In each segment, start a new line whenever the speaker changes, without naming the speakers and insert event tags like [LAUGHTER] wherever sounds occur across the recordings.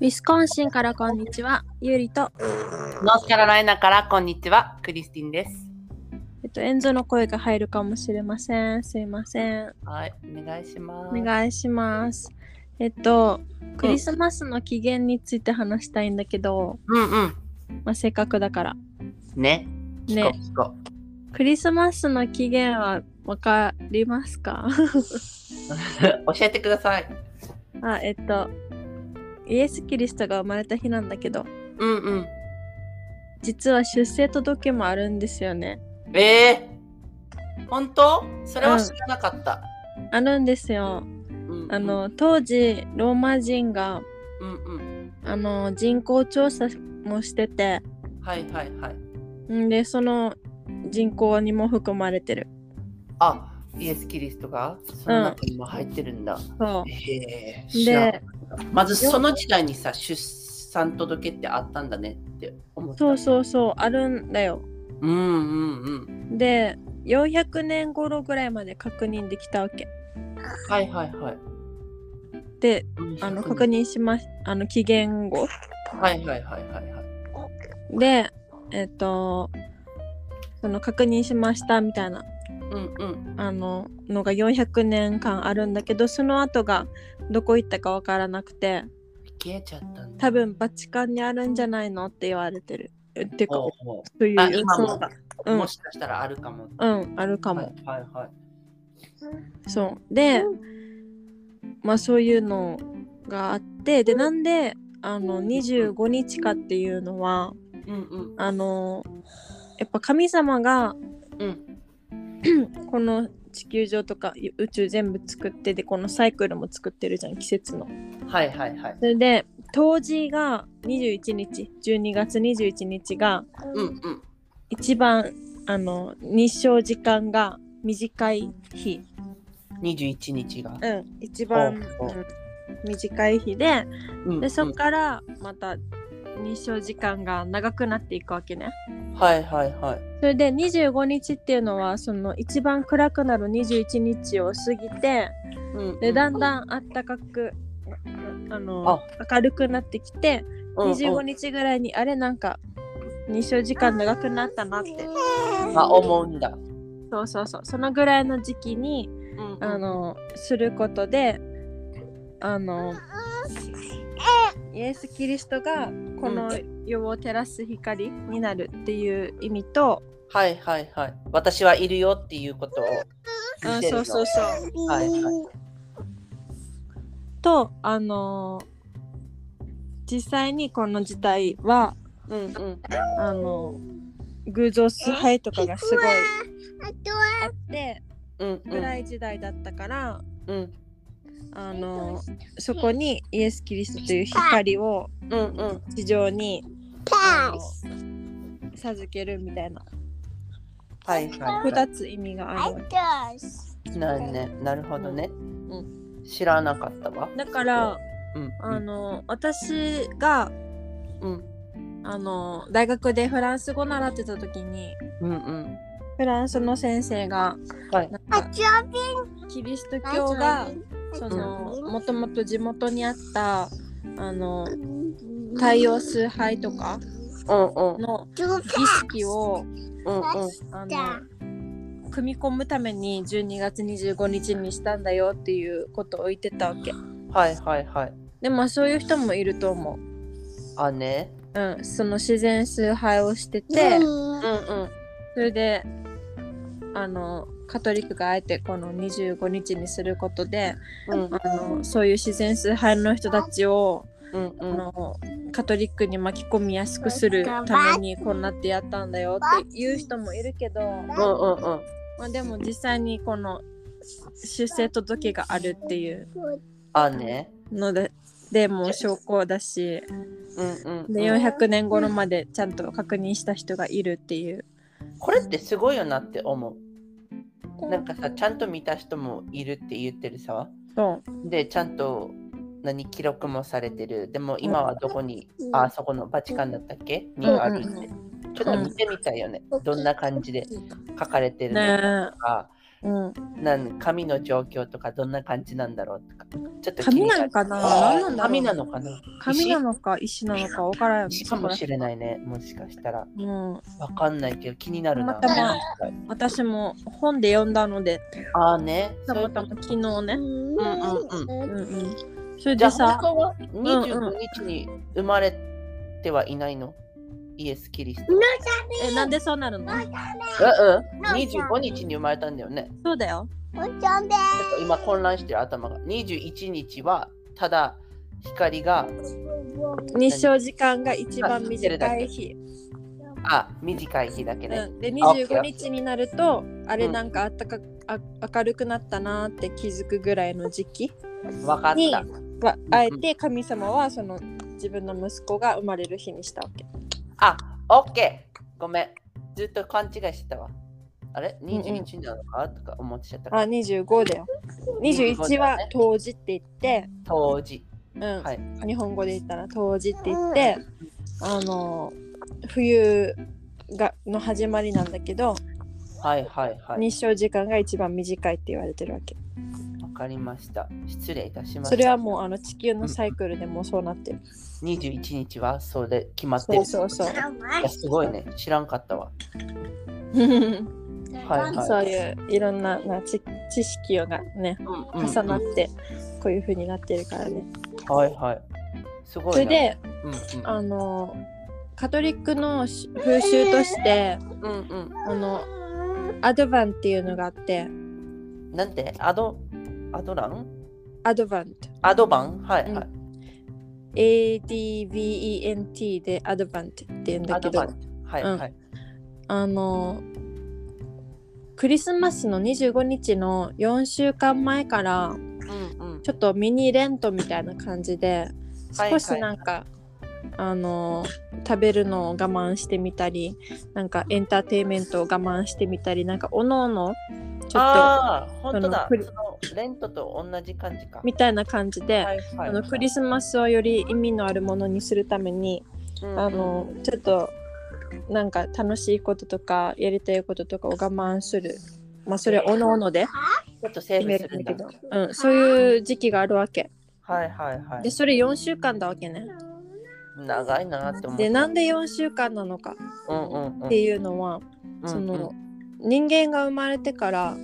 ウィスコンシンからこんにちは、ゆうりと、
ノースカロライナからこんにちは、クリスティンです。
えっと、エンゾの声が入るかもしれません。すいません。
はい、お願いします。
お願いします。えっと、クリスマスの起源について話したいんだけど、
うんうん。
まあ、せっかくだから。
ね。聞こ
ね、
う聞こ
クリスマスの起源はわかりますか [LAUGHS]
う。 [LAUGHS] 教えてください。
あ、えっと、イエス・キリストが生まれた日なんだけど、
うんうん。
実は出生届もあるんですよね。
ええ本当それは知らなかった。
あるんですよ。
うんうん
あ、の、当時、ローマ人が、
うんうん。
あの人口調査もしてて
はいはいはい。
んでその人口にも含まれてる
あ、イエス・キリストがその中にも入ってるんだ。
そ
ええ
う
知らなか
で
ったまずその時代にさ、出産届ってあったんだねって思った。
そうそうそうあるんだよ
うんうんうん。
で400年頃ぐらいまで確認できたわけ
はいはいはい。
であの確認しましあの紀元後
はいはいはいはいはい。
でえっ、とその確認しましたみたいな
うんうん。
あののが400年間あるんだけどその後がどこ行ったかわからなくて
消えちゃったんだ。
多分バチカンにあるんじゃないのって言われてるっていうか
ほうほ
という
あ
予
今も
想が
う
うん
もしかしたらあるかも。
うんあるかも、
はいはいはい。
そうで、まあそういうのがあってでなんであの25日かっていうのは
うんうん
あのやっぱ神様が
うん。
この地球上とか宇宙全部作ってでこのサイクルも作ってるじゃん季節の。
はいはいはい。
それで冬至が21日12月21日が
うんうん。
一番あの日照時間が短い日、
二十一日が。
うん、一番、
ほうほう
うん短い日で
うんう
で
ん
そこからまた日照時間が長くなっていくわけね。
はいはいはい。
それで25日っていうのはその一番暗くなる21日を過ぎて
うんうん
でだんだんあったかくああの
あ
明るくなってきて
うんうん
25日ぐらいにあれなんか日照時間長くなったなって
あ思うんだ。
そうそうそうそのぐらいの時期に
うんうん
あのすることであのイエス・キリストがこの世を照らす光になるっていう意味と、
はいはいはい。私はいるよっていうことを
うん
見せる
そうそ
の。
うそう
はいはい。
とあの実際にこの事態は
うんうん。
あの偶像崇拝とかがすごいあって
うんう
暗
ん
い時代だったから、
うん
あのそこにイエス・キリストという光を
うんうん。
地上にあの授けるみたいな
はいはいは
2つ意味があるわけ
い。なるね。なるほどね。
う
知らなかったわ。
だから
うん
あの私が
うん
あの大学でフランス語習ってた時に
うんうん。
フランスの先生が
はい。
なんかキリスト教がそのもともと地元にあったあの太陽崇拝とか
うんうん
の儀式を
うんうん。
あの組み込むために12月25日にしたんだよっていうことを言ってたわけ
はいはいはい。
でもそういう人もいると思
あね。
う、うん、その自然崇拝をしてて
うんうん。
それであのカトリックがあえてこの25日にすることで
うん
あのそういう自然崇拝の人たちを、
うんう
あ
ん。
のカトリックに巻き込みやすくするためにこんなってやったんだよっていう人もいるけど、
うんうんうん。
まあ、でも実際にこの出生届があるっていう
あね。
のででもう証拠だし
うんうんうん。
で400年頃までちゃんと確認した人がいるっていう。
これってすごいよなって思う。なんかさ、ちゃんと見た人もいるって言ってるさ。
そう
で、ちゃんと何記録もされてる。でも今はどこに、
うん
あそこのバチカンだったっけに
うん
あるって。ちょっと見てみたいよね。どんな感じで書かれてるの
ね
か。
うん、
なん髪の状況とかどんな感じなんだろうとかちょっと気
紙
に
な
な
の
る
かな何なんだろう
紙なのかな
紙なのか石なのかわからん
石かもしれないねもしかしたら
うん、
わかんないけど気になるな、
たまた私も本で読んだので
ああね
た
そうい
ま
う
た
こ
ま
と
昨日ね、
うん
うんうん、それ
じ
で
ゃあ
さ
他は
ん
25日に生まれてはいないの、イエス・キリスト
うん
えなんでそうなるの
うんうん25日に生まれたんだよね
そうだよ
ちょっと今混乱してる頭が21日はただ光が
日照時間が一番短い日、
あ短い日だけ
う
ね、
ん、で
あ OK
25日になるとあれなんかあったかあ明るくなったなーって気づくぐらいの時期
わかっ
に
た
はあえて神様はその自分の息子が生まれる日にしたわけ
あ、オッケー。ごめん。ずっと勘違いしてたわ。あれ
んうん
?21 なのか、とか思ってちゃったか
あ
ら。
25だよ21は冬至って言って、
当時。
うん
はい。
日本語で言ったら冬至って言ってあの冬がの始まりなんだけど、
はいはいはい。
日照時間が一番短いって言われてるわけ
わかりました。失礼いたしまし
そ
た。
れはもうあの地球のサイクルでもうそうなってる、
21日はそれで決まって
そ
る。
うそう
[LAUGHS]
そう
いや、すごいね。知らんかったわ。はいはい。
そういういろんなな知知識をがね
うんうんうん
重なってこういう風になってるからね、
はいはい。すごい
それ
ね。
で
それ
あのカトリックのし風習として
うんうん。うん
あのアドバンっていうのがあって
うん。なんてアド、アドラン
アドバント
アドバンはいはい。
ADVENT でアドバンテって言うんだ
ア
け
ド
ど
バン。はいはい。
あのクリスマスの25日の4週間前から
うんうん。
ちょっとミニレントみたいな感じで
はい
少しなんか、あの食べるのを我慢してみたりなんかエンターテインメントを我慢してみたりなんかおのおのちょっと
ああ、本当だ。
そ
そ
の
のレントと同じ感じか。
みたいな感じで、
はいはい
あのクリスマスをより意味のあるものにするために
うんうん
あのちょっとなんか楽しいこととかやりたいこととかを我慢するまあそれおのおので
ちょっとセー
決
ブ
める
する
ん
ん
だ
だ
け。ど、うん、そういう時期があるわけ
はいはいは
で
い。
それ4週間だわけね
長いなって思って。
でなんで4週間なのか
うんうんうん
っていうのは
うん
その人間が生まれてから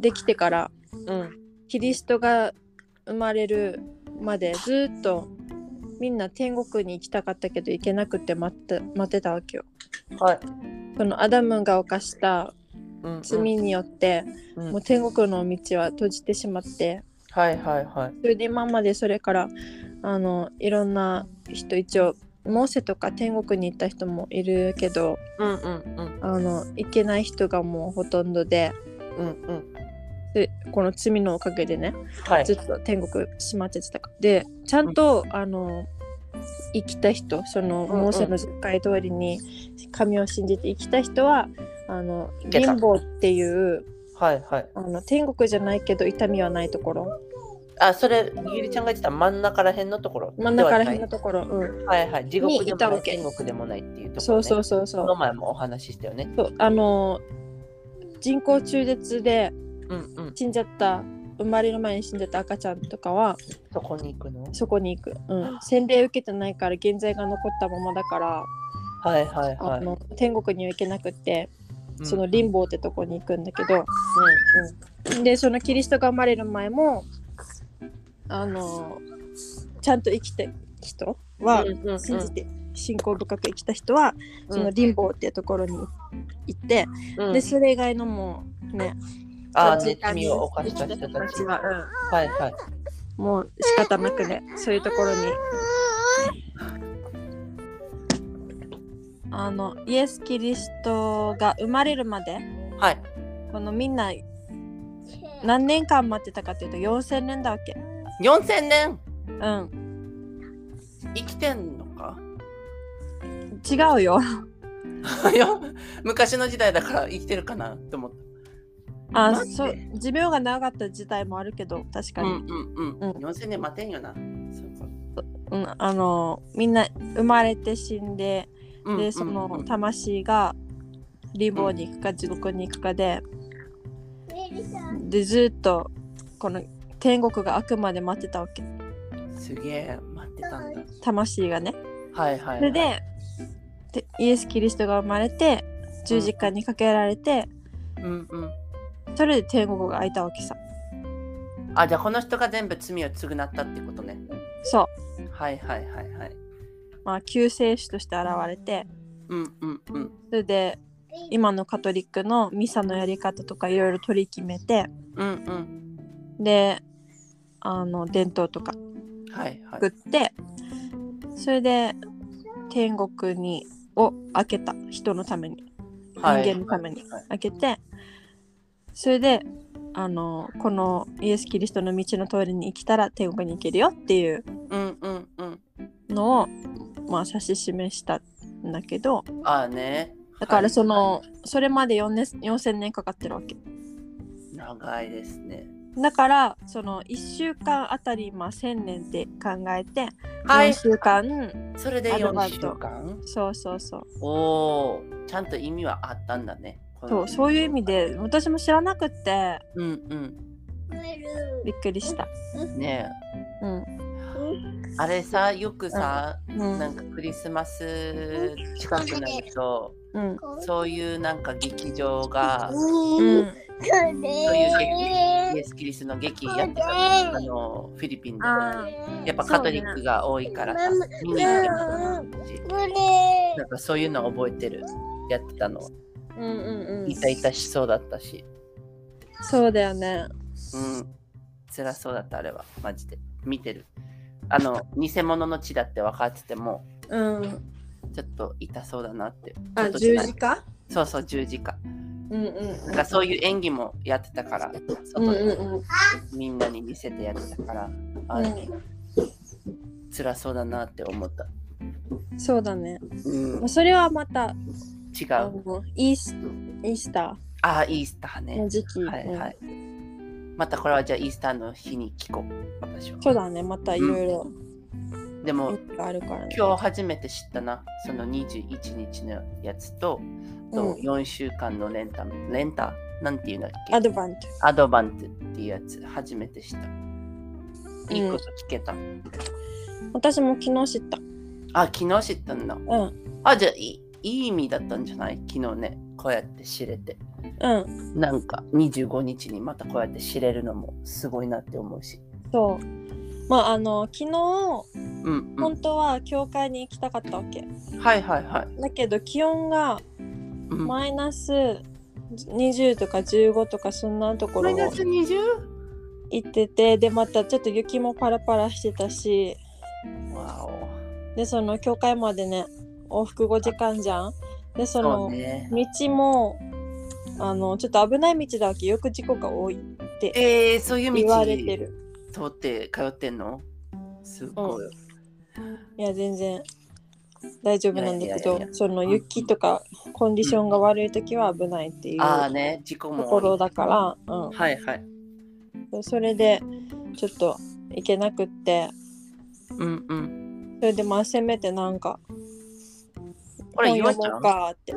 できてから
うんうん
キリストが生まれるまでずっとみんな天国に行きたかったけど行けなくて待って待ってたわけよ。
はい。
そのアダムが犯した
うんうん
罪によって
うん
もう天国の道は閉じてしまって
はいはいはい。
それで今までそれからあのいろんな人一応モーセとか天国に行った人もいるけど
うんうんうん
あの行けない人がもうほとんどで
うんうん。
でこの罪のおかげでね
はい
ず。っと天国閉まっちゃってたからでちゃんと、あの生きた人その
うんうん
モーセの10回通りに神を信じて生きた人はあの
けた
貧乏っていう
はいはい。
あの天国じゃないけど痛みはないところ
あ、それ、ゆりちゃんが言ってた真ん中らへんのところ。
真ん中らへん
で
の
は
ところ、うん、
ないはいはい。地獄で
にい
も
た
な
わ
い、
け
天国でもないっていうとこ
そ
ろ、
う
ね。
そうそうそ
こ
う
の前もお話ししたよね。
そうあの人工中絶で
うんうん。
死んじゃった生まれる前に死んじゃった赤ちゃんとかは
そこに行くの
そこに行く、うん、洗礼受けてないから現在が残ったままだから、
はいはい
あ
は
の天国には行けなくって
い。
その
うん、
リンボーってとこに行くんだけど、
うんうん
でそのキリストが生まれる前もあのちゃんと生きて人は、
うんうんうん
信じて信仰深く生きた人はそのリンボーっていうところに行って、
うん
でそれ以外のもうね
ああ、
そっ
ね
ち、
罪を犯した人たち。
は、
はいはい。
うんもう仕方なくねそういうところにあのイエス・キリストが生まれるまで
はい。
このみんな何年間待ってたかっていうと4,000年だわけ。
4000年
うん、
生きてんのか [LAUGHS]
違うよ。
いや昔の時代だから生きてるかなと思っ
あ
待って
そう寿命が長かった時代もあるけど確か
た。う
に、
んうん
う
うんん。4000年待てんよな。そうか
うんあのみんな生まれて死んで、
うん
でそ
うんう
の
ん
魂がリボンに行くか地獄に行くかで、でずっとこの天国が開くまで待ってたわけ
すげえ待ってたんだ
魂がね
はいはい、はい、
それででイエス・キリストが生まれて十字架にかけられて、
うんうん
それで天国が開いたわけさ
あじゃあこの人が全部罪を償ったってことね
そう
はいはいはいはい
まあ救世主として現れて
うんうんうん
それで今のカトリックのミサのやり方とかいろいろ取り決めて
うんうん
であの伝統とか
はいはい
作ってそれで天国にを開けた人のために
はい
人間のために
はい
開けてそれであのこのイエス・キリストの道の通りに生きたら天国に行けるよっていう
うんうんうん
のを、まあ、指し示したんだけど
ああね
だから
はい
その、それまで4年4,000年かかってるわけ
長いですね
だからその1週間あたり、まあ、1,000年って考えて
はい
4週間
それで
アドバ
4
イス
週間
そうそうそう
おおちゃんと意味はあったんだねこ
そ
の
うそういう意味で私も知らなくって
うん
びっくりした
うんね
うん
えあれさよくさ、
うん
なんかクリスマス近くなると
うん
そういうなんか劇場が
うん
そういう劇イエス・キリストの劇やってたのあのフィリピンで
あ
やっぱカトリックが多いからさ、
そうね
見に行ってもらうしなんかそういうの覚えてるやってたの
ーうんうんうん
いたいたしそうだったし
そうだよね
うん辛そうだったあれはマジで見てるあの偽物の血だって分かってても
うん
ちょっと痛そうだなってちょ
あ
っと
十字架
そうそう十字架
うんうん
なんかそういう演技もやってたから
うん
外
う
で
んうん
みんなに見せてやってたから、あ辛そうだなって思った、
そうだね
うん、違
まあ
う
それはまたあ
あ
のイースイースタ
あイースター
ーの
ね
時期、
はいはいまたこれはじゃあイースターの日に聞こう私は
そうだねまたいろいろ
でも
あるからね、
今日初めて知ったな、その21日のやつと、
う
と
ん
4週間のレンタ、レンタ、なんていうんだっけ
アドバンテ
アドバンテっていうやつ、初めて知った。いいこと聞けた。
私も昨日知った
あ、昨日知ったんだ。
うん
あ、じゃあいい、いい意味だったんじゃない昨日ね、こうやって知れて。
うん
なんか、25日にまたこうやって知れるのもすごいなって思うし。
そうまああの昨日
うん、うん。
本当は教会に行きたかったわけ
はいはいはい。
だけど気温が
うん、マ
マイナス20とか15とかそんなところ
イナ
を
ス 20?
行っててでまたちょっと雪もパラパラしてたし
わお。
でその教会までね往復5時間じゃんでそ
そう
の
ね。
道もあのちょっと危ない道だわけよく事故が多いって
えー、そういう道
言われてる
通って通ってんのすごい。
いや全然大丈夫なんだけど
いやいやいや
その雪とかコンディションが悪い時は危ないっていう
ああ
と
ね、事故も。
ころだから、うん、
はいはい。
それでちょっと行けなくって
うんうん。
それでまあせめてなんか
これ、ゆ
今
あ
夜
ちゃ
も
ん
かって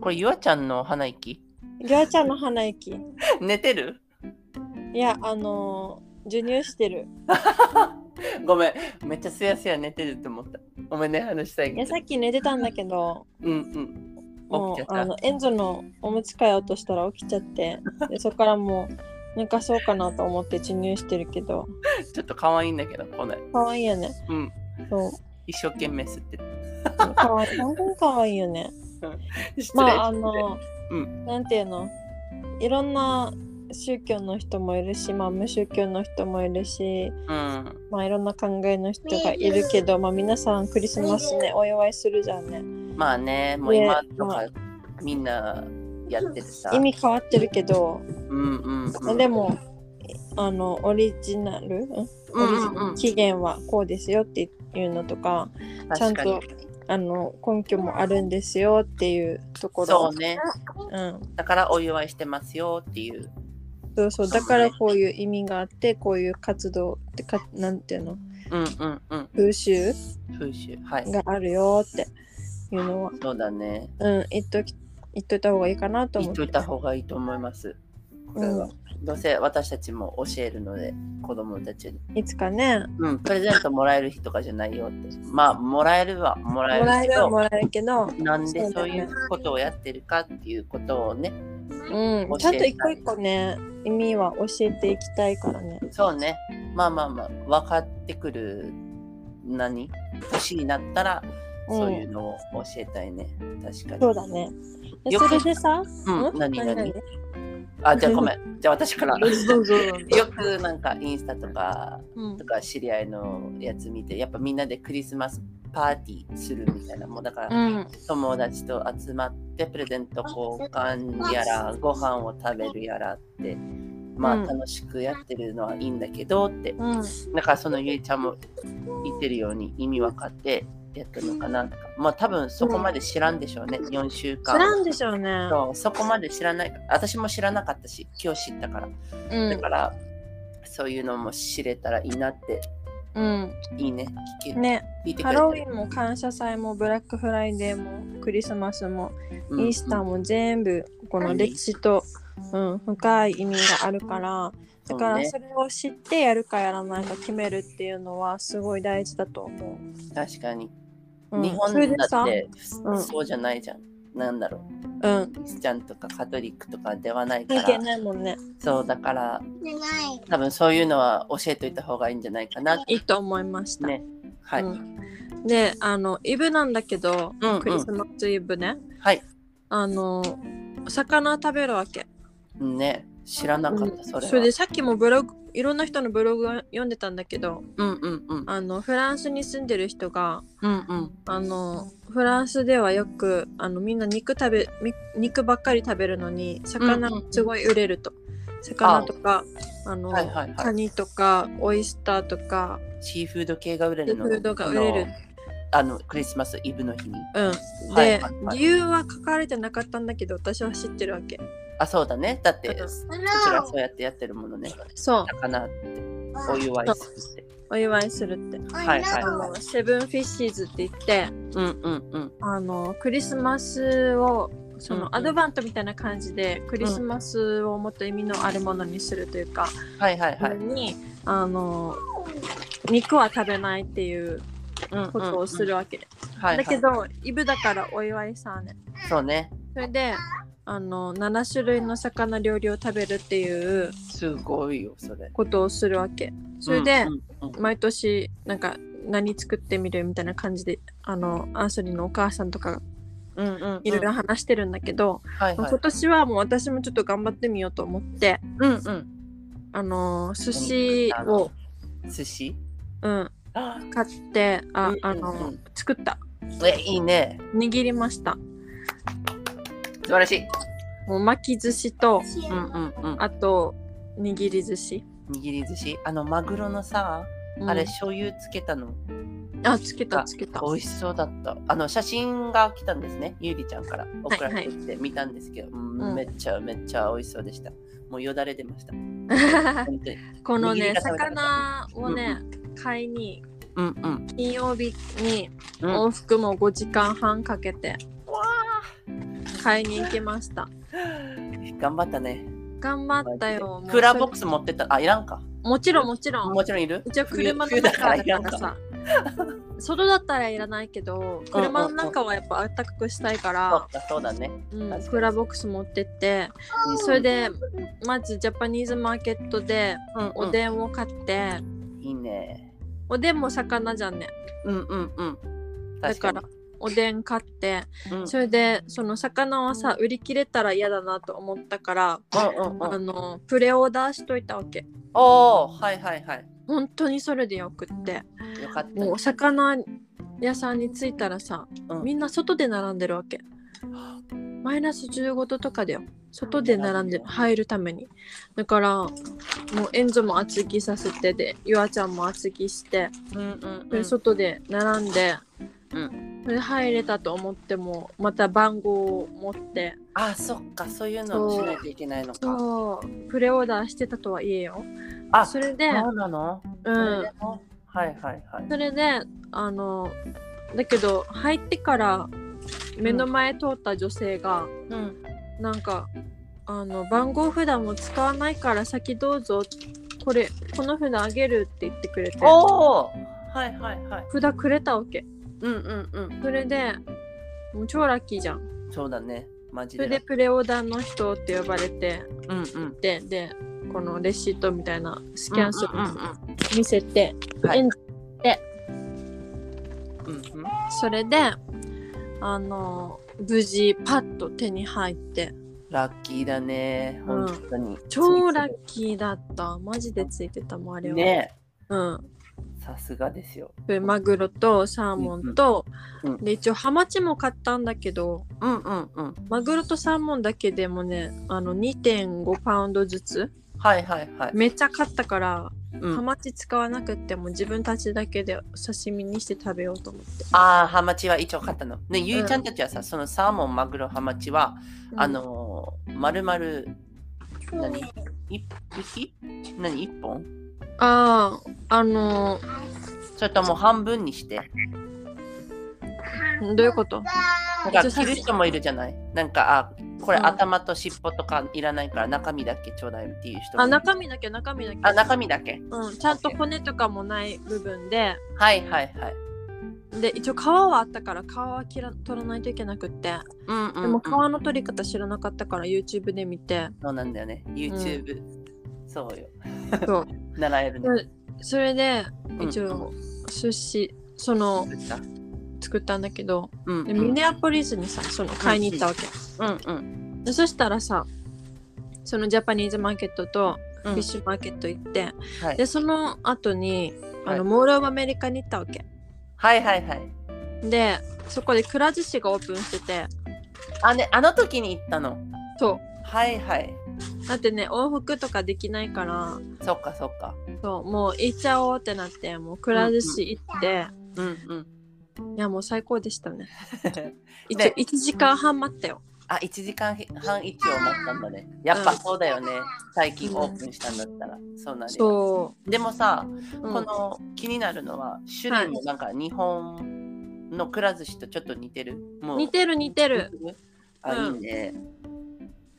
これ、ゆあちゃんの鼻息 [LAUGHS]
ギョアちゃんの鼻息
寝てる
いやあのー授乳してる
ごめん。めっちゃすやすや寝てると思った。ごめんね、話したい
い
け
や
ど
さ。っき寝てたんだけど
うんうん。
も
起きち
う
ゃった
あのエンゾのおむつ替えようとしたら起きちゃ
[LAUGHS]
ってでそこからもう抜かそうかなと思って授乳してるけど
ちょっと可愛いんだけど、来ない。
可愛いよね
うん。
そう
一生懸命吸ってる。
可愛い本当に可愛いよね
失礼
まああ
失礼
の、
う
なんていうのいろんな宗教の人もいるし、まあ、無宗教の人もいるし、
うん。
まあ、いろんな考えの人がいるけど、まあ、皆さんクリスマスねお祝いするじゃんね
まあね、もう
ね
今と
ま
かみんなやってるさ。
意味変わってるけど、
うんうんうん。
まあでもあのオリジナル、うん
うんうんうん、
期限はこうですよっていうのとかちゃんと
確かに
あの根拠もあるんですよっていうとこ
そ
ろ
うね。
うん、
だからお祝いしてますよっていう。
そうそうだからこういう意味があってこういう活動ってかなんていうの
うんうんうん。
風習
風習。はい。
があるよっていうのは、
そうだね。
うん、言っとき言っといた方がいいかなと
言
思
っ
って
といた方がいいと思います。これは、どうせ私たちも教えるので、子供たちに。
いつかね
うん、プレゼントもらえる日とかじゃないよって。まあ、もらえるはもら
もら
え
え
る
る
け
は
ど、
もらえるけど
なんで
そ
そうう
だ
い
ね
うことをやってるかっていうことをね、
うん、ちゃんと一個一個ね意味は教えていきたいからね
そうね、まあまあまあ、分かってくる何年になったら、
うん
そういうのを教えたいね。確かに。
そうだねで
よ
そ
く
れでさ
うん、
ん
何
何
何
々
あ、じゃあごめん。じゃあ私から。よ
うぞ
くなんかインスタとか
うん
とか知り合いのやつ見て、やっぱみんなでクリスマスパーティーするみたいな。もうだから、
うん
友達と集まってプレゼント交換やらご飯を食べるやらってまあ
うん
楽しくやってるのはいいんだけどって、
うん
なんかそのゆいちゃんも言ってるように意味分かってやってるのかなとかまあ多分そこまで知らんでしょうね、4週
知らん
間
でしょうね
そうそこまで知らない私も知らなかったし今日知ったから、
う
だ
ん
からそういうのも知れたらいいなって
う
いいね聞け、
んね
聞いてく
ハ
れた
ロウ
ら
ィンも感謝祭もブラックフライデーもクリスマスも
うん
イースターも全部この歴史と、うん、深い意味があるからだか
そう
ら
ね
それを知ってやるかやらないか決めるっていうのはすごい大事だと思
確かに
う。うん、
日本
それで
だ
さ
っ、て
うん
そうじゃないじゃん。なんだろ
うん
う。、クリスチャンとかカトリックとかではないか
関係
ら。
ないもんね。
そうだから、多分そういうのは教えておいた方がいいんじゃないかなって。
いいと思いました。
ね。はい。
う
うん
んであのイブなんだけど、
うん
クリスマスイブね
はい。
あの魚食べるわけ。
ね。知らなかった、それは。
それでさっきもブログいろんな人のブログを読んでたんだけど
うんうんうん。
あのフランスに住んでる人が
うんうん。
あのフランスではよくあのみんな肉食べみ肉ばっかり食べるのに魚
うんうん
すごい売れると、魚とかあの、
はいはいは
カ
い。
ニとかオイスターとか
シーフード系が売れるの。
シーフードが売れる
あの。あの、クリスマスイブの日に。
うんで、
はいはいはい
理由は書かれてなかったんだけど私は知ってるわけ
あ、そうだね。だって、
うん
そちらそうやってやってるものね。
そう
魚って、お祝いするって。
お祝いするって
はいはい
あのセブンフィッシーズって言って
うんうんうん。
あのクリスマスをそ
うんう
の
ん
アドバントみたいな感じでクリスマスをもっと意味のあるものにするというか、
はいはいはい。
にあの肉は食べないっていう
うんうんうん
ことをす。るわけ、
はいは
だ
い
けどイブだからお祝いさね
そうね。
それであの7種類の魚料理を食べるっていう
すごいよ、それ。
ことをするわけそれで、
うんうんうん
毎年なんか何作ってみるみたいな感じであのアンソニーのお母さんとかが
うんうんうん
いろいろ話してるんだけど、
はいはい
今。年はもう私もちょっと頑張ってみようと思って
うんうん。
あの寿司を、
寿司
うん、
あ
買ってああの、
うんうん
作った
え、いいね。
握りました
素晴らしい。
もう巻き寿司と
うんうんうん。
あと握り寿司、
握り寿司。あの、マグロのさ、
うん
あれ、醤油つけたの。
あつけたつけた
美味しそうだった。あの、写真が来たんですね。ゆりちゃんから送られてきて見たんですけど、うん
うん
めっちゃめっちゃ美味しそうでした。もうよだれ出ました。本当に。
[LAUGHS] この
握
ね
り方が
魚をね、買いに
うんうん
金曜日に
うん。
往復も5時間半かけて買いに行きました
頑張ったね。
頑張ったよもう
クーラーボ
そ
ックス持ってった。あ、いらんか。
れもちろんもちろん
もちろんいる
一応車の
冬だから
中
い
だ
らん
から
か。
さ外だったらいらないけど車の中はやっぱあったかくしたいか
そ
ら
う、だそうだね。
うん
確かに
クーラーボックス持ってって
うん
それでまずジャパニーズマーケットで
うんうん
おでんを買って、
いいね。
おでんも魚じゃんね
うんうんうん。
だ
確
か
からら。
おでん買って
うん
それでその魚はさ売り切れたら嫌だなと思ったから
うんうんう
あ
ん。
のプレオーダーしといたわけ
おお、はいはいはい。
本当にそれでよくって
よかった。
もうお魚屋さんに着いたらさ
うん
みんな外で並んでるわけマイナス15度とかだよ外で並んでる入るためにだからもうエンゾも厚着させてでゆあちゃんも厚着して
うんうん
で外で並んで、
う
で入れたと思ってもまた番号を持って
あ、そっか、そういうのをしないといけないのか。
そうプレオーダーしてたとはいえよ
あ、
そ
そう
れで
なの
う
うんん。はいはいはい。
それであのだけど入ってから目の前通った女性が、
うん。
なんかあの番号札も使わないから先どうぞこれこの札あげるって言ってくれて
おお。はいはいはい。
札くれたわけ
うんうんうん。
それでもう超ラッキーじゃん
そうだね。マジ
それ
で。
でプレオーダーの人って呼ばれて
うんうん。
ででこのレシートみたいなスキャンする
うんうん
見せて、
うん。はい。
エン
うんうん。
それであの無事パッと手に入って
ラッキーだね。
うん
本当に。
超ラッキーだったマジでついてたもんあれは、
ね
うん
え。さすがですよ。
でマグロとサーモンと、
うんうん
で一応ハマチも買ったんだけど
うんうんうん。
マグロとサーモンだけでもねあの2.5パウンドずつ
はいはいはい。
めっちゃ買ったから、
うん
ハマチ使わなくっても自分たちだけで刺身にして食べようと思って、
ああ、ハマチは一応買ったの。ね、ゆいちゃんたちはさ、そのサーモン、マグロ、ハマチは、
うん
あのー、まるまる、何一匹何一本
あーあの
それとも半分にして。
ーどういうこと
なんか着る人もいるじゃないなんか、あ、これ頭と尻尾とかいらないから中身だけちょうだいっていう人も
あ
いる。
中身だけ中身だけ
あ、中身だけ。
うん、ちゃんと骨とかもない部分で
はいはいはい。
で一応皮はあったから皮は切ら取らないといけなくって
うんうん、
で
う
も
ん。
皮の取り方知らなかったから YouTube で見て
そうなんだよね。YouTube。そうよ。
そう
習えるね。
でそれで
うん
一応寿司その
作った
作ったんだけど
うんう
で
ん
ミネアポリスにさその買いに行ったわけ
うんうん
でそしたらさそのジャパニーズマーケットと
う
フ
ん
ィッシュマーケット行って
はい
でその後にあ
はい
のモール・オブ・アメリカに行ったわけ
はいはいはい。
でそこでくら寿司がオープンしてて
あね、あの時に行ったの。
そ
はいはい。
うだってね往復とかできないから
そっかそっか。
そうもう行っちゃおうってなってもうくら寿司行って、
うんうん。
いやもう最高でしたね一応
ね
1時間半待ったよ
[LAUGHS] あ、1時間半一応持ったんだね。やっぱそうだよね。最近オープンしたんだったら。そうなんだよ。
そ
でもさ、
う、
この気になるのは、種類もなんか日本のくら寿司とちょっと似てる。もう
似てる似てる。
あ、
う
い
ん
いね。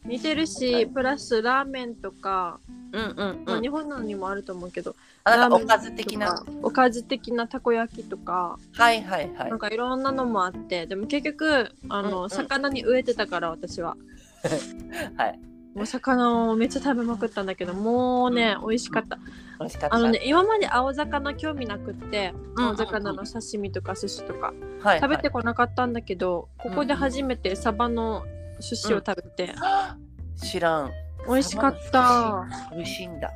似てる
はい
しプラスラーメンとか、
うんうん
まあ、
うん
日。本のにもあると思うけど
あなん
ラー
かお
メン
かず的な。
とかおかず的なたこ焼きとか
はいはいはい
なん。かいろんなのもあってでも結局あの、
うんうん
魚に飢えてたから私は
はい。
もう魚をめっちゃ食べまくったんだけどもうね、美味しかった
美味しかった。
あのね今まで青魚興味なくって
うんうんう
青
ん
魚の刺身とか寿司とか
はいはい
食べてこなかったんだけど、ここで初めてサバの寿司を食べて、
[GASPS] 知らん。
美味しかった
美味しいんだ。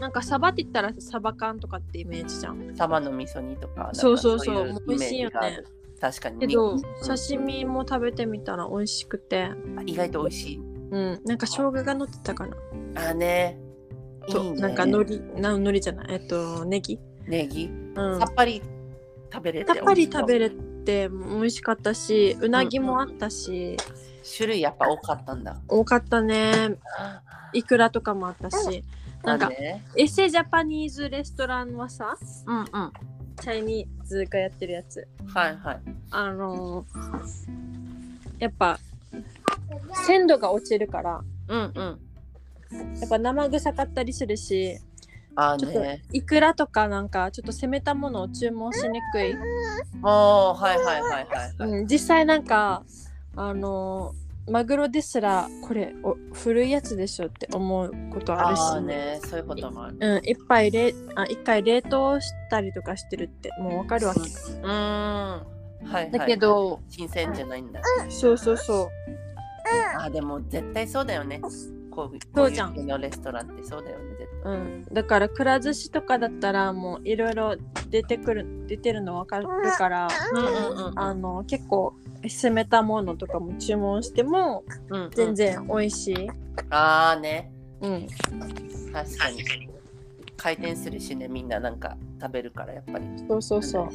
なんかサバって言ったらサバ缶とかってイメージじゃん
サバの味噌煮とかなんか
そうそうそう
い
美味しいよね
イメージがある確かに
けど
うん
刺身も食べてみたら美味しくて
あ意外と美味しい
うんなんか生姜が乗ってたかな
あねい
と
いね
なんか海苔な海苔じゃないえっとネギ
ネギ
うん
さっぱり食べれ
さ
て
っぱり
美味しそう
食べれて美味しかったしうなぎもあったし、
種類やっぱ多かったんだ
多かったねいくらとかもあったしなんか
だね
エセジャパニーズレストランはさ
うんうんは
チャイニーズがやってるやつ
いはい
あのーやっぱ鮮度が落ちるから
うんうん
やっぱ生臭かったりするし
あ
ちょっと
ね
いくらとかなんかちょっと攻めたものを注文しにくい、
もうはいはいはいはいはい、
うん、実際なんかあのーマグロですらこれお古いやつでしょって思うことある
あ
し
ーねそういうこともある
うん、一杯れあ一回冷凍したりとかしてるってもうわかるわけ、
うーんはいはい
だけど、
新鮮じゃないんだ
そうそうそう
あでも絶対そうだよねこう
そうじゃん
こういう系のレストランってそうだよね絶対
うん、だからくら寿司とかだったらもういろいろ出てくる出てるの分かるから
うんうんうん
あの結構攻めたものとかも注文しても
うんうん
全然美味しい、
ああね
うん、
確かに回転するしねみんななんか食べるからやっぱり
そうそうそ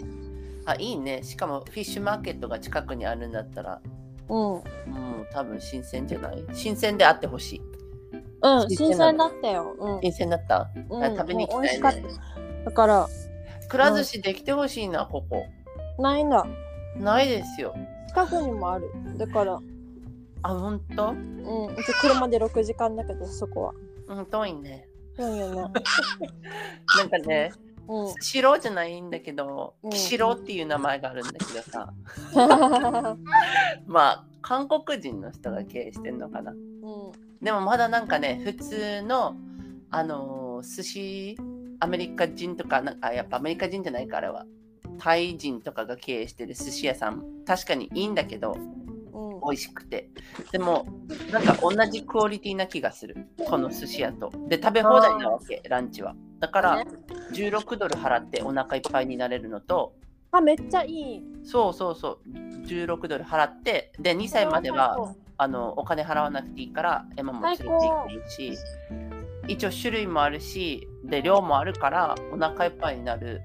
あいいねしかもフィッシュマーケットが近くにあるんだったら
う
もう多分新鮮じゃない新鮮であってほしい
うん、うん、新
新鮮
鮮
な
だったよ、うん
新鮮だった
うん、
食べに行き
もう
た
美
いね
味しかっただから
くら寿司できてほしいなここ
ないんだ
ないですよ。
近くにもあるだから
あ、ほんと
うんうち車で6時間だけどそこは
うん、遠いね。
そうよね
なんかね、 [LAUGHS]
うん
城じゃないんだけど
う、ん
城っていう名前があるんだけどさ、まあ、韓国人の人が経営してんのかな。
うん
でもまだなんかね、普通の、あのー寿司、アメリカ人とか、なんかやっぱアメリカ人じゃないからは、タイ人とかが経営してる寿司屋さん、確かにいいんだけど、
うん
美味しくて。でも、なんか同じクオリティな気がする、この寿司屋と。で、食べ放題なわけ、ランチは。だから、16ドル払ってお腹いっぱいになれるのと、
あめっちゃいい
そうそうそう、16ドル払って、で、2歳までは、あのお金払わなくていいからエマも連れて行っていいし一応種類もあるしで量もあるからお腹いっぱいになる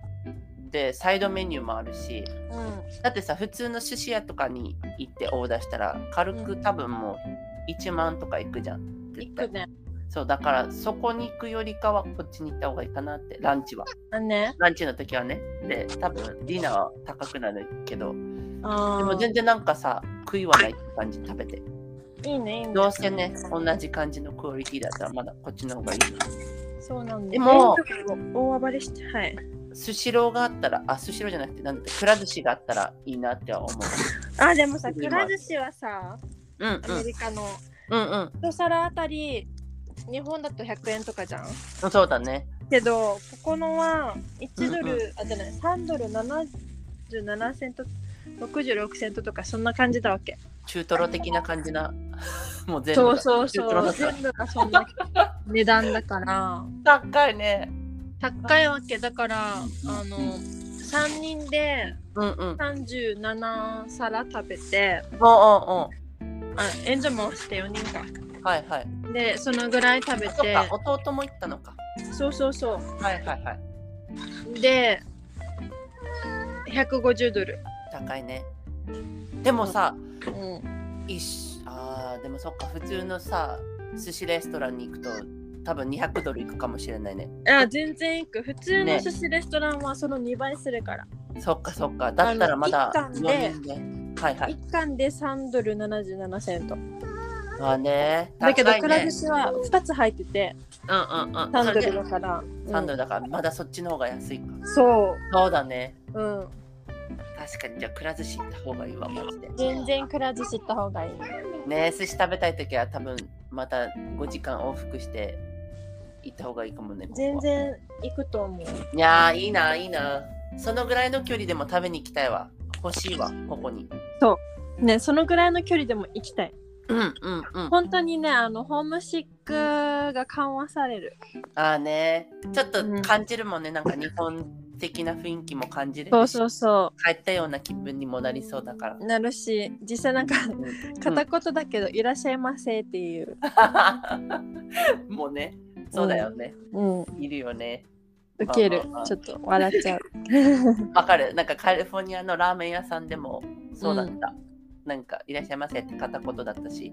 でサイドメニューもあるし
うん
だってさ普通の寿司屋とかに行ってオーダーしたら軽く多分もう1万とかいくじゃん
行
絶
く
対
ね
そうだからそこに行くよりかはこっちに行った方がいいかなってランチは
あね
ランチの時はねで多分ディナーは高くなるけど
あ
でも
ー
全然なんかさ食いはない感じ食べて
いいねいいね
どうせね、同じ感じのクオリティだったらまだこっちの方がいい。
そうなんだ
でも
大暴れしてはい
スシローがあったら、あ、スシローじゃなくて、なんだって、くら寿司があったらいいなっては思う。
あでもさ
今
くら寿司はさ
うんうん
アメリカの
うんうん
一皿あたり日本だと100円とかじゃん
うん。そうだね。
けどここのは1ドル、
うん
あじゃない3ドル77セント66セントとかそんな感じだわけ
中トロ的な感じな。 [LAUGHS] もう全部
そ
が
うそうそ
中トロ
う
だから
全部がそんな値段だから
高いね。
高いわけだからあの
うん
3人で
うんうん。
37皿食べて
おうおう
あ援助もして4人か
おう。はいはい。
でそのぐらい食べ
あそってか、弟も行ったのか。
そうそうそ
はいはいはい。
うで150ドル、
高いね。でもさ、
うん、
一緒あーでもそっか、普通のさ、寿司レストランに行くと、多分200ドルいくかもしれないね。
あ全然行く普通の
ね
寿司レストランはその2倍するから
そっかそっか。だったらまだ
あの一貫で
4人で。はいはい。
一貫で3ドル77セント
まあね。
だけど
高い
くら寿司は2つ入ってて
うんうんうん。
3
そ
ド
れ
ル
で
だから、
3ドルだからまだそっちの方が安いか。
うんそ
そうだね。
ううん
確かにじゃあくら寿司行った方がいいわ、マジで。
全然くら寿司行った方がいい
ね寿司食べたいときは多分また5時間往復して行った方がいいかもね。ここ
全。
は
然行くと思う
いやーいいな、いいな。そのぐらいの距離でも食べに行きたいわ。欲しいわ、ここに。
ねそのぐらいの距離でも行きたい
うんうんうん。
本当にねあのホームシックが緩和される
ああね。ちょっと
うん
感じるもんね。なんか日本的な雰囲気も感じるし。
そうそうそ
帰ったような気分にもなりそうだから
う。なるし実際なんか片言だけど「いらっしゃいませ」っていう、
うん [LAUGHS] もうね、そうだよね。
うん、
いるよね。
ウケる
まあまあまあ
ちょっと笑っちゃう
わかる。なんかカリフォルニアのラーメン屋さんでもそうだった。なんかいらっしゃいませって片言だっ
[LAUGHS]
たし。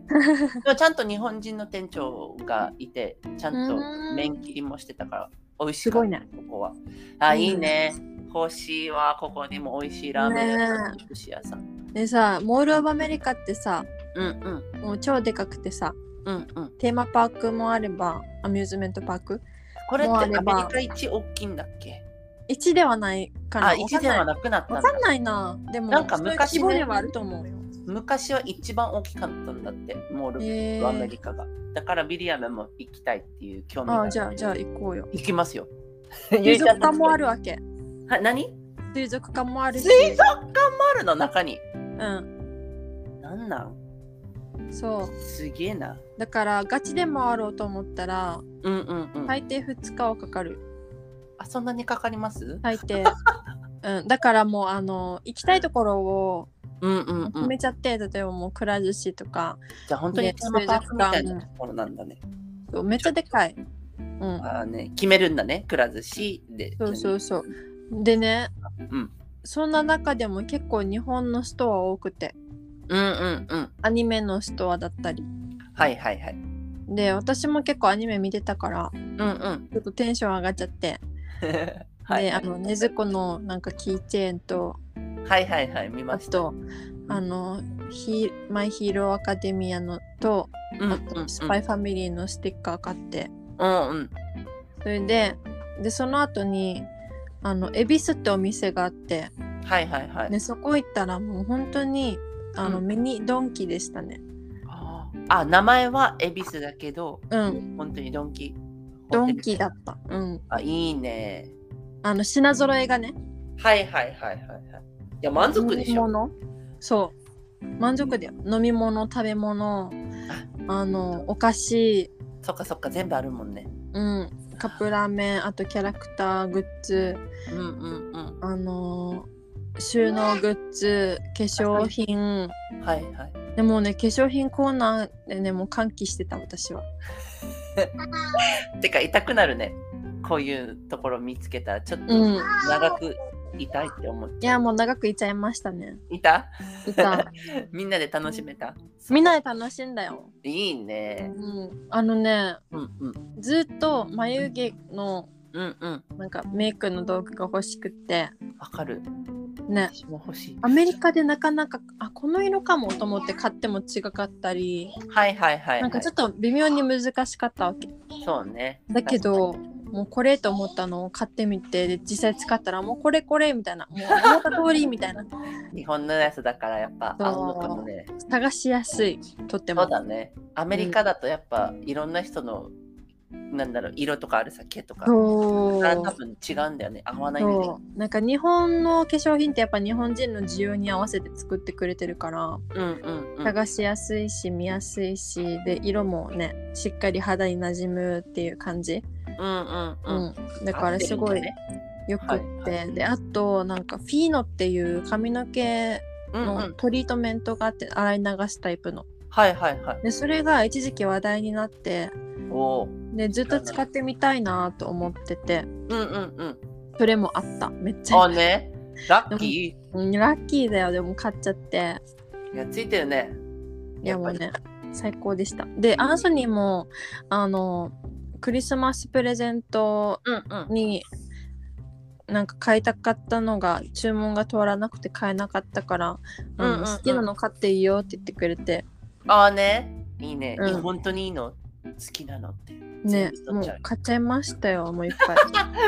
でもちゃんと日本人の店長がいて、ちゃんと
うん
麺切りもしてたから、美味し
す
か
ご
っ
い
た、
ね
ここは。あ、いいね。欲しいわ、ここにも美味しいラーメン屋さん、寿司屋さん。
でさモール・オブ・アメリカってさ
うんうん。
もう超でかくてさ
うんうん、
テーマパークもあればアミューズメントパーク
これって
もう
ア
あ
メ
れ
リ
ば
カ一大きいんだっけ
1ではないから
あ、一では
な
なくなった
わ
んだ
かん。ないなでも
なんか昔ね
そういう規模ではあると思うよ
昔は一番大きかったんだって、モール、
へ
アメ
ー
リカが。だからビリアムも行きたいっていう興味が
あ
ある。
じゃあじゃあ行こうよ
行きますよ。
[LAUGHS] 水族館もあ
る。
るわけ
は何
水族館もあるし
水族館もあるの中に。
うん
なんなん
そう
すげえな。
だからガチで回ろうと思ったら
うんうんうん。
大抵2日はかかる
あ、そんなにかかります
大抵うんだからもうあの行きたいところを
うんうんう
決
ん。
めちゃって、例えばもうくら寿司とか
じゃあ本当に
ね
テーマパークみたいなところなんだね。
そうめっちゃでかいうん
あーね、決めるんだね。くら寿司で。。
そうそううそうでね
うん
そんな中でも結構日本のストア多くて
うんうんうん。
アニメのストアだったり
はいはいはい。
で私も結構アニメ見てたから
うん [LAUGHS] うん。
ちょっとテンション上がっちゃって、
はい。
であのねずこのなんかキーチェーンと
はいはいはい、見
あ
ました。
とあのヒーマイヒーローアカデミアのと
うん
あとスパイファミリーのステッカー買って
うんうん。
それででその後にあの恵比寿ってお店があって、
はいはいはい。
ね、そこ行ったらもう本当にあの、
うん
ミニドンキでしたね
あー、あ名前は恵比寿だけど、
うん
本当にドンキ。
ドンキだ。ったうん
あ、いいね。
あの品揃えがね
はいはいはいはい。はいいや、満足でしょ。
飲み物そう満足だよ飲み物食べ物あのお菓子
そっかそっか、全部あるもんね。
うんカップラーメンあとキャラクターグッズ
うんうん
あのー収納グッズ化粧品
うん。はいはい。
でもね化粧品コーナーでねもう歓喜してた私は
てか、痛くなるね。こういうところ見つけたら、ちょっと
うんい
長く痛いって思っちゃ
やもう長くいちゃいましたね
う。いた
い [LAUGHS] た
みんなで楽しめた
みんなで楽しんだよ、
いいね。
うん、あのね
うんうん。
ずっと眉毛の
うんうん。
なんかメイクの道具が欲しくって
わかる。
ね
私も欲しい。
アメリカでなかなかあこの色かもと思って買っても違かったり
はいはいはい、はい。
なんかちょっと微妙に難しかったわけ
そうね。
だけどもうこれと思ったのを買ってみてで実際使ったらもうこれこれみたいなもう思った通りみたいな
日本のやつだからやっぱ
そう
合うのかもね。
探しやすいとって
そう
も
だね。アメリカだとやっぱいろんな人の、なんだろう色とかあるさ毛とか。
そ
だから多
う
分違うんだよね。合わないんだよね
そ。うなんか日本の化粧品ってやっぱ日本人の需要に合わせて作ってくれてるから
うんうんうん。
探しやすいし見やすいしで色もねしっかり肌になじむっていう感じ、
う
う
んうんうん。
ん、だからすごいよくって、
はいは
であとなんかフィーノっていう髪の毛
うんう
の
ん。
トリートメントがあって洗い流すタイプの
はいはいはい。
でそれが一時期話題になって
おお。
でずっと使ってみたいなと思ってて
うんうんうん。
それもあっためっち
あ
ゃ
ね。ラッキ
うんラッキーだよでも買っちゃって
ー。いやついてるね。
いやもう
っぱり
ね最高でしたでアンソニーもあのクリスマスプレゼント
うんうん。
になんか買いたかったのが注文が通らなくて買えなかったから、あの
うんうんうん
好きなの買っていいよって言ってくれて
ああね。いいね。
うん
いや本当にいいの。好きなのって。
ね
全部
も
取っちゃう
う買っちゃいましたよもういっ
[LAUGHS]
ぱい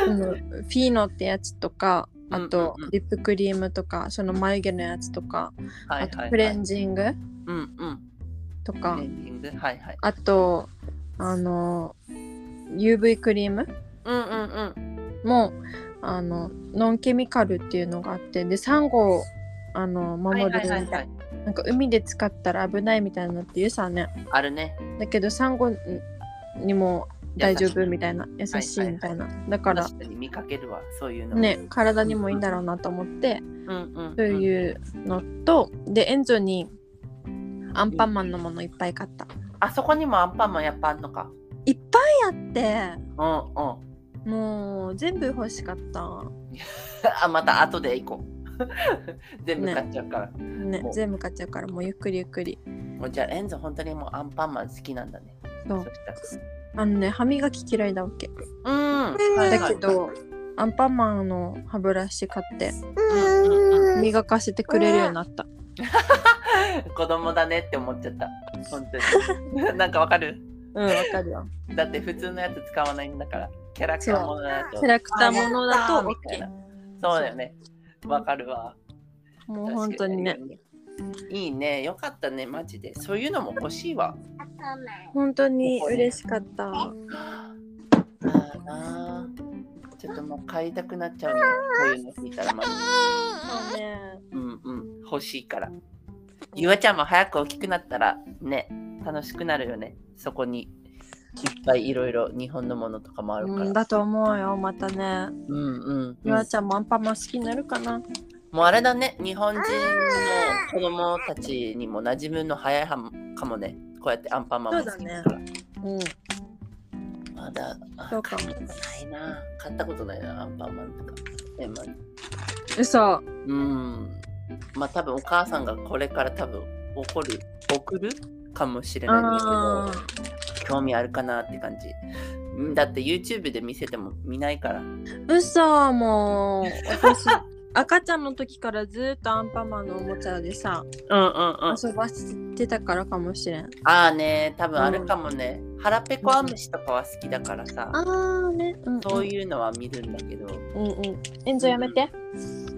あのフィーノってやつとかあと
うんうんうん
リップクリームとかその眉毛のやつとか、
はいはい、
あ
はい。
とクレンジング
うんうん。
とか、
クレンジング。はいはい。
あとあの UV クリーム
うんうんうん。
もあのノンケミカルっていうのがあってでサンゴをあの守るみたいな、
い。
なんか海で使ったら危ないみたいなのっていうさね
あるね。
だけどサンゴにも大丈夫みたいな優
しい
しいみたいなだから
確かに見かけるわ、そういうの。
ね体にもいいんだろうなと思って
うんうん、うん。
と
う。
いうのとでエンゾにアンパンマンのものいっぱい買った
あそこにもアンパンマンやっぱあんのか。
いっぱいあっ
うん [LAUGHS] うん。
てもう全部欲しかった
あ、また後で行こう。 [LAUGHS] 全部買っちゃうから。
ね
もう
全部買っちゃうからもうゆっくりゆっくり
もうじゃあ、エンゾ本当にもうアンパンマン好きなんだね。
そう
したら
あのね歯磨き嫌いだわけ
うん。はいはい
だけ。どアンパンマンの歯ブラシ買って
うんうんうん
磨かせてくれるようになった
子供だねって思っちゃった。本当に。 [LAUGHS] なんかわかる
うんわかるよ
だって普通のやつ使わないんだから。キャラクターものだと
キャ。ラクターものだと
みたい
OK
なそうだよね。わかるわ。
もう本当にね
確かいいね。よかったね、マジで。そういうのも欲しいわ。
本当に嬉しかった
あーなーちょっともう買いたくなっちゃうね。こういうの聞いたらまず。
そうね
うんうん。欲しいから。ゆあちゃんも早く大きくなったらね、楽しくなるよね。そこに。いっぱいいろいろ日本のものとかもあるか
うん、
ら。
だと思うよまたね
うんうん、う
ゆあ
ん。
ちゃんもアンパンマン好きになるかな
もうあれだね、日本人の子供たちにも馴染むの早いはんかもね。こうやってアンパンマンも好きだから。
うん
まだ、あ
そうかも
買ったことないな。買ったことないな、アンパンマンとか。えまあ
嘘
うん。まあ多分お母さんがこれから多分怒る、送るかもしれないん
あ
ですけど、興味あるかなって感じ。うんだって YouTube で見せても見ないから。
ー嘘もう私 [LAUGHS] 赤ちゃんの時からずっとアンパンマンのおもちゃでさ
うんうんうん。
遊ばしてたからかもしれん
ああね、多分あるかもね。腹ペコアムシとかは好きだからさ、
あーねうん
そういうのは見るんだけど、
うんうんエンゾやめて
デ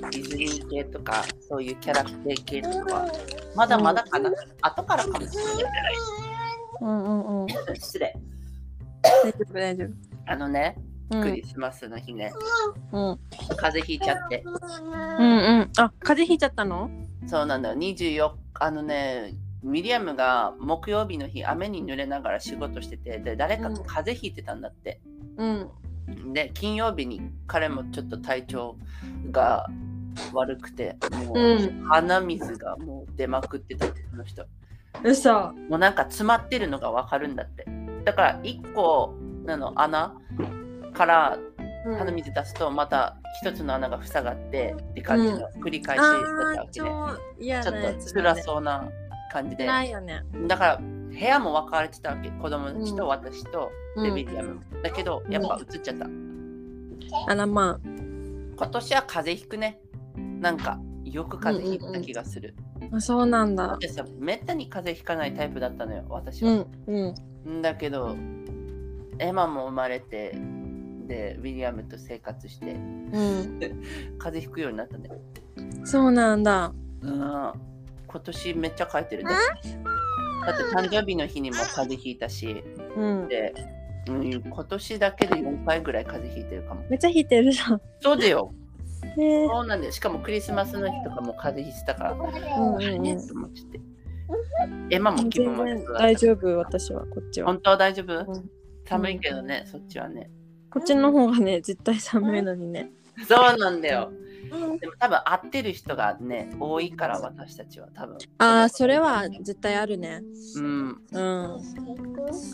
ィズニー系とか、そういうキャラクター系とかは、まだまだかな。後からかもしれない。
うんうんうん
失礼。
大丈夫大丈
あのね、
夫
クリスマスの日ね、
うんうん
風邪ひいちゃって。
うんうんあ風邪ひいちゃったの
そうなんだよ。24あのね、ミリアムが木曜日の日、雨に濡れながら仕事してて、で、誰かが風邪ひいてたんだって。
うん
で、金曜日に彼もちょっと体調が悪くて、もう、
うん
鼻水がもう出まくってたって、その人。
嘘
もうなんか詰まってるのがわかるんだって。だから、1個なの穴から
うん
鼻水出すと、また1つの穴が塞がってって感じの繰り返しだ
あ
ったわ
ー
けで。
超嫌
ちょ
なや
っと
つだ
辛
ね
そうな感じで、
ないよね
だから部屋も分かれてたわけ子供たち
うん
と私とデビリアム、だけどやっぱ移っちゃった、
あらま
今年は風邪ひくねなんかよく風邪ひいた気がする、
ああそうなんだ
でさめったに風邪ひかないタイプだったのよ私
う
は、
んうん
ん、だけどエマも生まれてでウィリアムと生活して
うん
風邪ひくようになったね
そうなんだ
うん今年めっちゃ書いてるだってだって誕生日の日にも風邪ひいたし
うん
で、うん、今年だけで4回ぐらい風邪ひいてるかも。
めっちゃ引いてるじゃん。
そうだ
[LAUGHS]
よ。
ね
そうなんだよ。しかもクリスマスの日とかも風邪ひいてたから、
うんう
あれ
んう
ね
ん
と思ってて。エマも気分
全
悪
然
くな
大
った
丈夫、私は、こっちは。
本当は大丈夫、
うん
寒いけどね、そっちはね。
こっちの方がね、絶対寒いのにね。
そうなんだよ。でも多分会ってる人がね、多いから私たちは多分。
ああ、それは絶対あるね。
うん。
うん。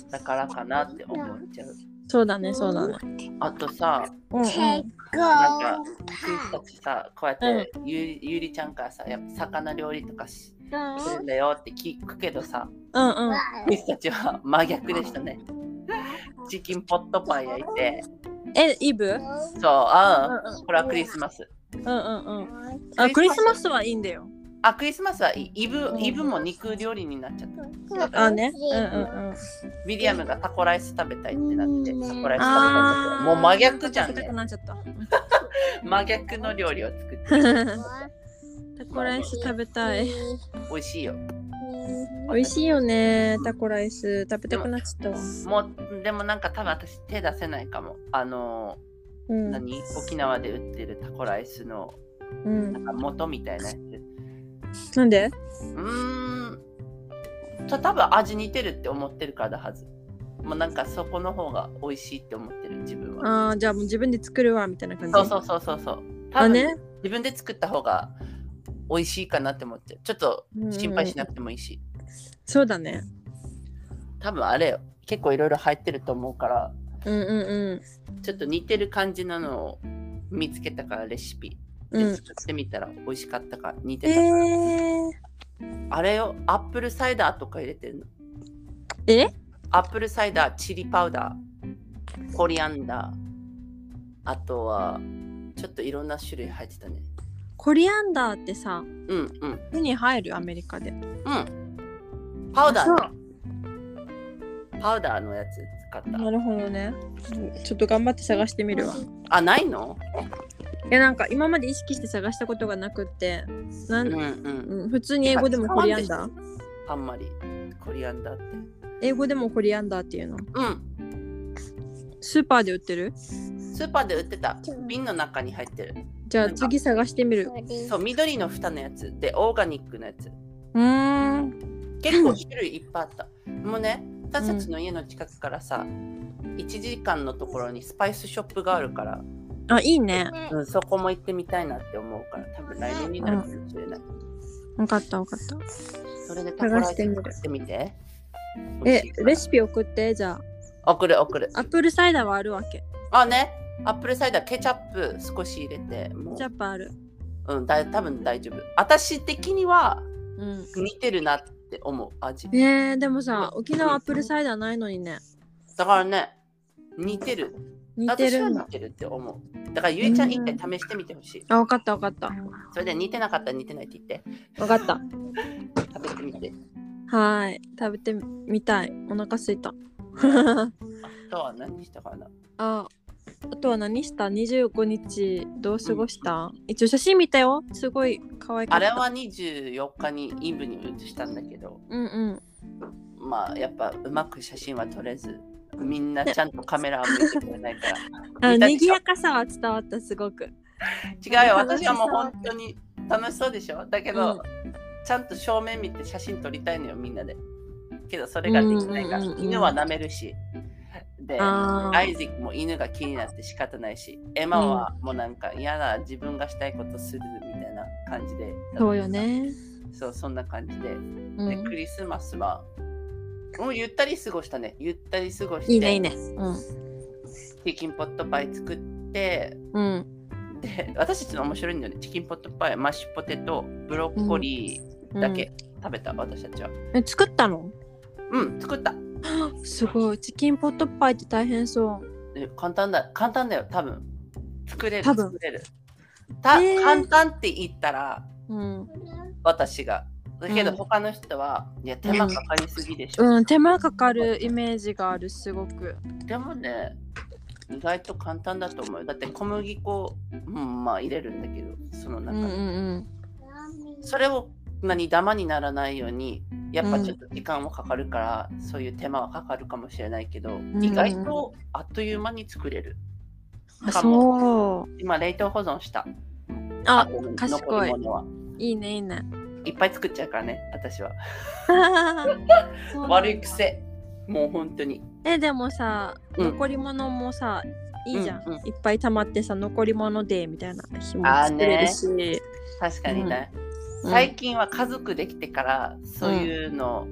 だからかなって思っちゃう。
そうだね、そうだね。
あとさ、
うんうん。
なんか、私たちさ、こうやってゆり、ゆりちゃんからさ、やっぱ魚料理とかしするんだよって聞くけどさ、
うんうん。
私たちは真逆でしたね。チキンポットパン焼いて、
え、イブ
そう、あん、これはクリスマス。
うんうんうん。あ、クリスマスはいいんだよ。
あ、クリスマスはいいイブ、イブも肉料理になっちゃった。
あね。うんうんうん。
ウィリアムがタコライス食べたいってなって、タコライス食べたん
あ
だけ
あ。
どもう真逆じゃん
食べた
ね
く。なっちゃった。
真逆の料理を作って、
タコライス食べたい。
美味しいよ。
美味しいよね、タコライス。食べたくなっちゃったわ。
もう、でもなんか多分私手出せないかも。あの
うん。うん
何沖縄で売ってるタコライスの。なんか元みたいなやつ。
なんで
うーん。た多分味似てるって思ってるからだはず。もうなんかそこの方が美味しいって思ってる自分は。
ああ、じゃあもう自分で作るわ、みたいな感じ。
そうそうそうそうそう。多
あ
分、
ね。
自分で作った方が美味しいかなって思ってる。ちょっと心配しなくてもいいし。
そうだね。
多分あれよ。結構いろいろ入ってると思うから、
うんうん
ちょっと似てる感じなのを見つけたからレシピ。
うん。う
で
ん、
作ってみたら美味しかったから似てたから、
え
あれよアップルサイダーとか入れてるの
ー、え
アップルサイダー、チリパウダー、コリアンダー、あとは、ちょっといろんな種類入ってたね。
コリアンダーってさ、
うんうん
手に入るアメリカで。
うん。パウダーね。パウダーのやつ使った。
なるほどね。ちょっと頑張って探してみるわ。
あ、ないの
いや、なんか今まで意識して探したことがなくって、な
うん
ん
うん。
うん、普通に英語でもコリアンダー
あんまりコリアンダーって。
英語でもコリアンダーっていうの。
うん。
スーパーで売ってる
スーパーで売ってた。瓶の中に入ってる。
じゃあ次探してみる。
そう、緑の蓋のやつ。で、オーガニックのやつ。
うーん。
結構種類いっぱいあった。もうね、私たちの家の近くからさ、1時間のところにスパイスショップがあるから、
あ、いいね。
うん、そこも行ってみたいなって思うから、多分来年になるかもしれない。
わかったわかった。
それでタコライ
探
ス
してみる
作ってみて。
え、レ
シ
シピ送って、じゃ
送る送る。
あ。アップルサイダーはあるわけ。
あね、アップルサイダーケチャップ少し入れて、も
ジャパある。
う、うん、だい多分大丈夫。私的には
うん。
似てるなって思う味。
えー、でもさ、沖縄アップルサイダーないのにね。
だからね、似てる。
似てるん
私は
だ
似。てるって思う。だからゆいちゃん一回試してみてほしい。
あ、分かった分かった。
それで似てなかったら似てないって言って
分かった。
食べてみて。
はーい。食べてみたい。お腹すいた。
あとは何したかな
あ、あとは何した ?25 日どう過ごした、一応写真見たよ。すごい可愛か
あ
った。
れは24日にイブに移したんだけど、
うんうん。
まあやっぱうまく写真は撮れず、みんなちゃんとカメラを見てくれないから。
あ
見たでしょ
賑やかさは伝わった、すごく。
違うよ
楽し
私
そう
はもう本当に楽しそうでしょだけど、
うん
ちゃんと正面見て写真撮りたいのよみんなでけどそれができないから、
うんうんうんうん
犬は舐めるしで
あー
アイゼックも犬が気になって仕方ないしエマはもうなんか嫌な自分がしたいことするみたいな感じで
そうよね。
そうそんな感じで
う
で
ん
ク。リスマスはもうゆったり過ごしたねゆったり過ごして
いいね、いいね。う
チキンポットパイ作って
ん。うん。
で [LAUGHS] 私たちの面白いんだよねチキンポットパイマッシュポテトブロッコリーだけ食べた、私たちは
うん。え、作ったの
うん作った
すごい。チキンポットパイって大変そう。
で簡単だ簡単だよ多分作れる
多分
作れるた、
へー
簡単って言ったら
うん。
私がだけど
うん
他の人は、いや手間かかりすぎでしょ、
うん、手間かかるイメージがある、すごく。
でもね意外と簡単だと思うよだって小麦粉、うん、まあ入れるんだけどその
う
中
んう
に、
んうん。
それを何ダマにならないようにやっぱちょっと時間はかかるから、そういう手間はかかるかもしれないけど、
ん
意外とあっという間に作れる
あ
かも
そう。
今冷凍保存した
あ、
後の
賢い
残り物はい
いね、いい [LAUGHS] ね。
いっぱい作っちゃうからね私は悪
悪
い。癖もう本当に
え、でもさ、
うん
残り物もさ、いいじゃん,、
うんうん
いっぱい溜まってさ、残り物でみたいな日も
あー
作
ね
れるし。
確かにね、
うん
最近は家族できてからそういうのを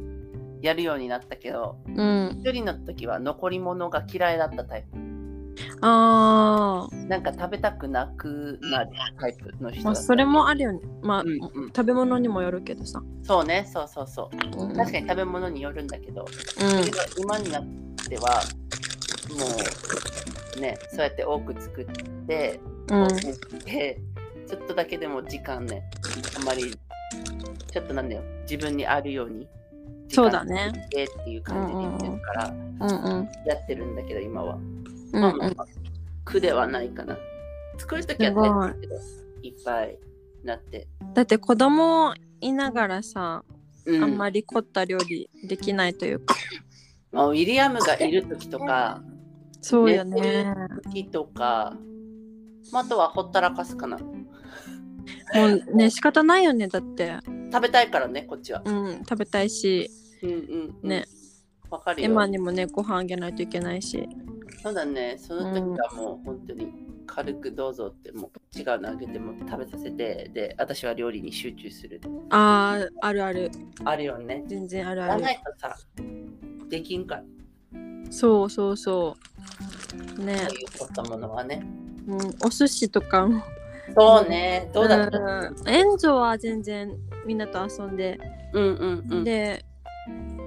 やるようになったけど
うん。
一人の時は残り物が嫌いだったタイ
あ
プなんか食べたくなくなるタイプの人
ー、
だ
ま
っ
あ、
た
それもあるよね。まあ、
うんうん
食べ物にもよるけどさ。
そうね、そうそうそう。
うん、
確かに食べ物によるんだけど、
うん
けど今になっては、もうね、そうやって多く作って、
うん
多く作ってちょっとだけでも時間ね、あんまり、ちょっとなんだよ、自分にあるように、
そうだね。
えっていう感じで言ってるから、
うん
やってるんだけど、今は。
う
まあ
んう
まあ
ん
まあ、苦ではないかな。作るときは大変だけど、いっぱいなって。
だって子供いながらさ、
うん
あんまり凝った料理できないというか、
まあウィリアムがいるときとか、
そうよね。
木とか、まああとはほったらかすかな。
もうね、仕方ないよね、だって。
食べたいからね、こっちは。
うん、食べたいし、
うんうん、うん。
ね。
わかる
エ
よ。
マにもね、ご飯あげないといけないし。
そうだね、その時はもう本当に軽くどうぞって、もう違うのあげても食べさせて、で、私は料理に集中する。
あー、あるある。
あるよね。
全然ある
や
あ
ら
る
な。いとさ、できんから、
そうそうそう。ね、
取ったものはね。
うん、お寿司とかも。
そうね、どうだった
うんエンゾは全然みんなと遊んで。
うんうんうん。
で、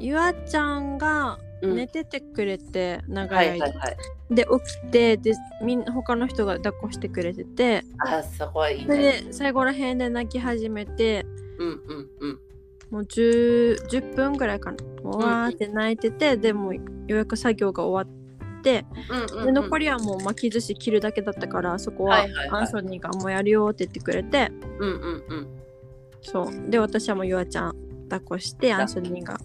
ゆあちゃんが
うん
寝ててくれて、長
はいいはい
間。
はい。
で、起きて、で、みん他の人が抱っこしてくれてて、
あ、そこはいい
それ
ね。
で、最後ら辺で泣き始めて、
うんうんうん。
もう 10, 10分ぐらいかなもうわーって泣いててでもうようやく作業が終わって
うんうんうん、
で残りはもう巻き寿司切るだけだったからそこは
はいはいはい
アンソニーが「もうやるよ」って言ってくれて
うんうんうん。
そうで私はもうゆあちゃん抱っこしてアンソニーが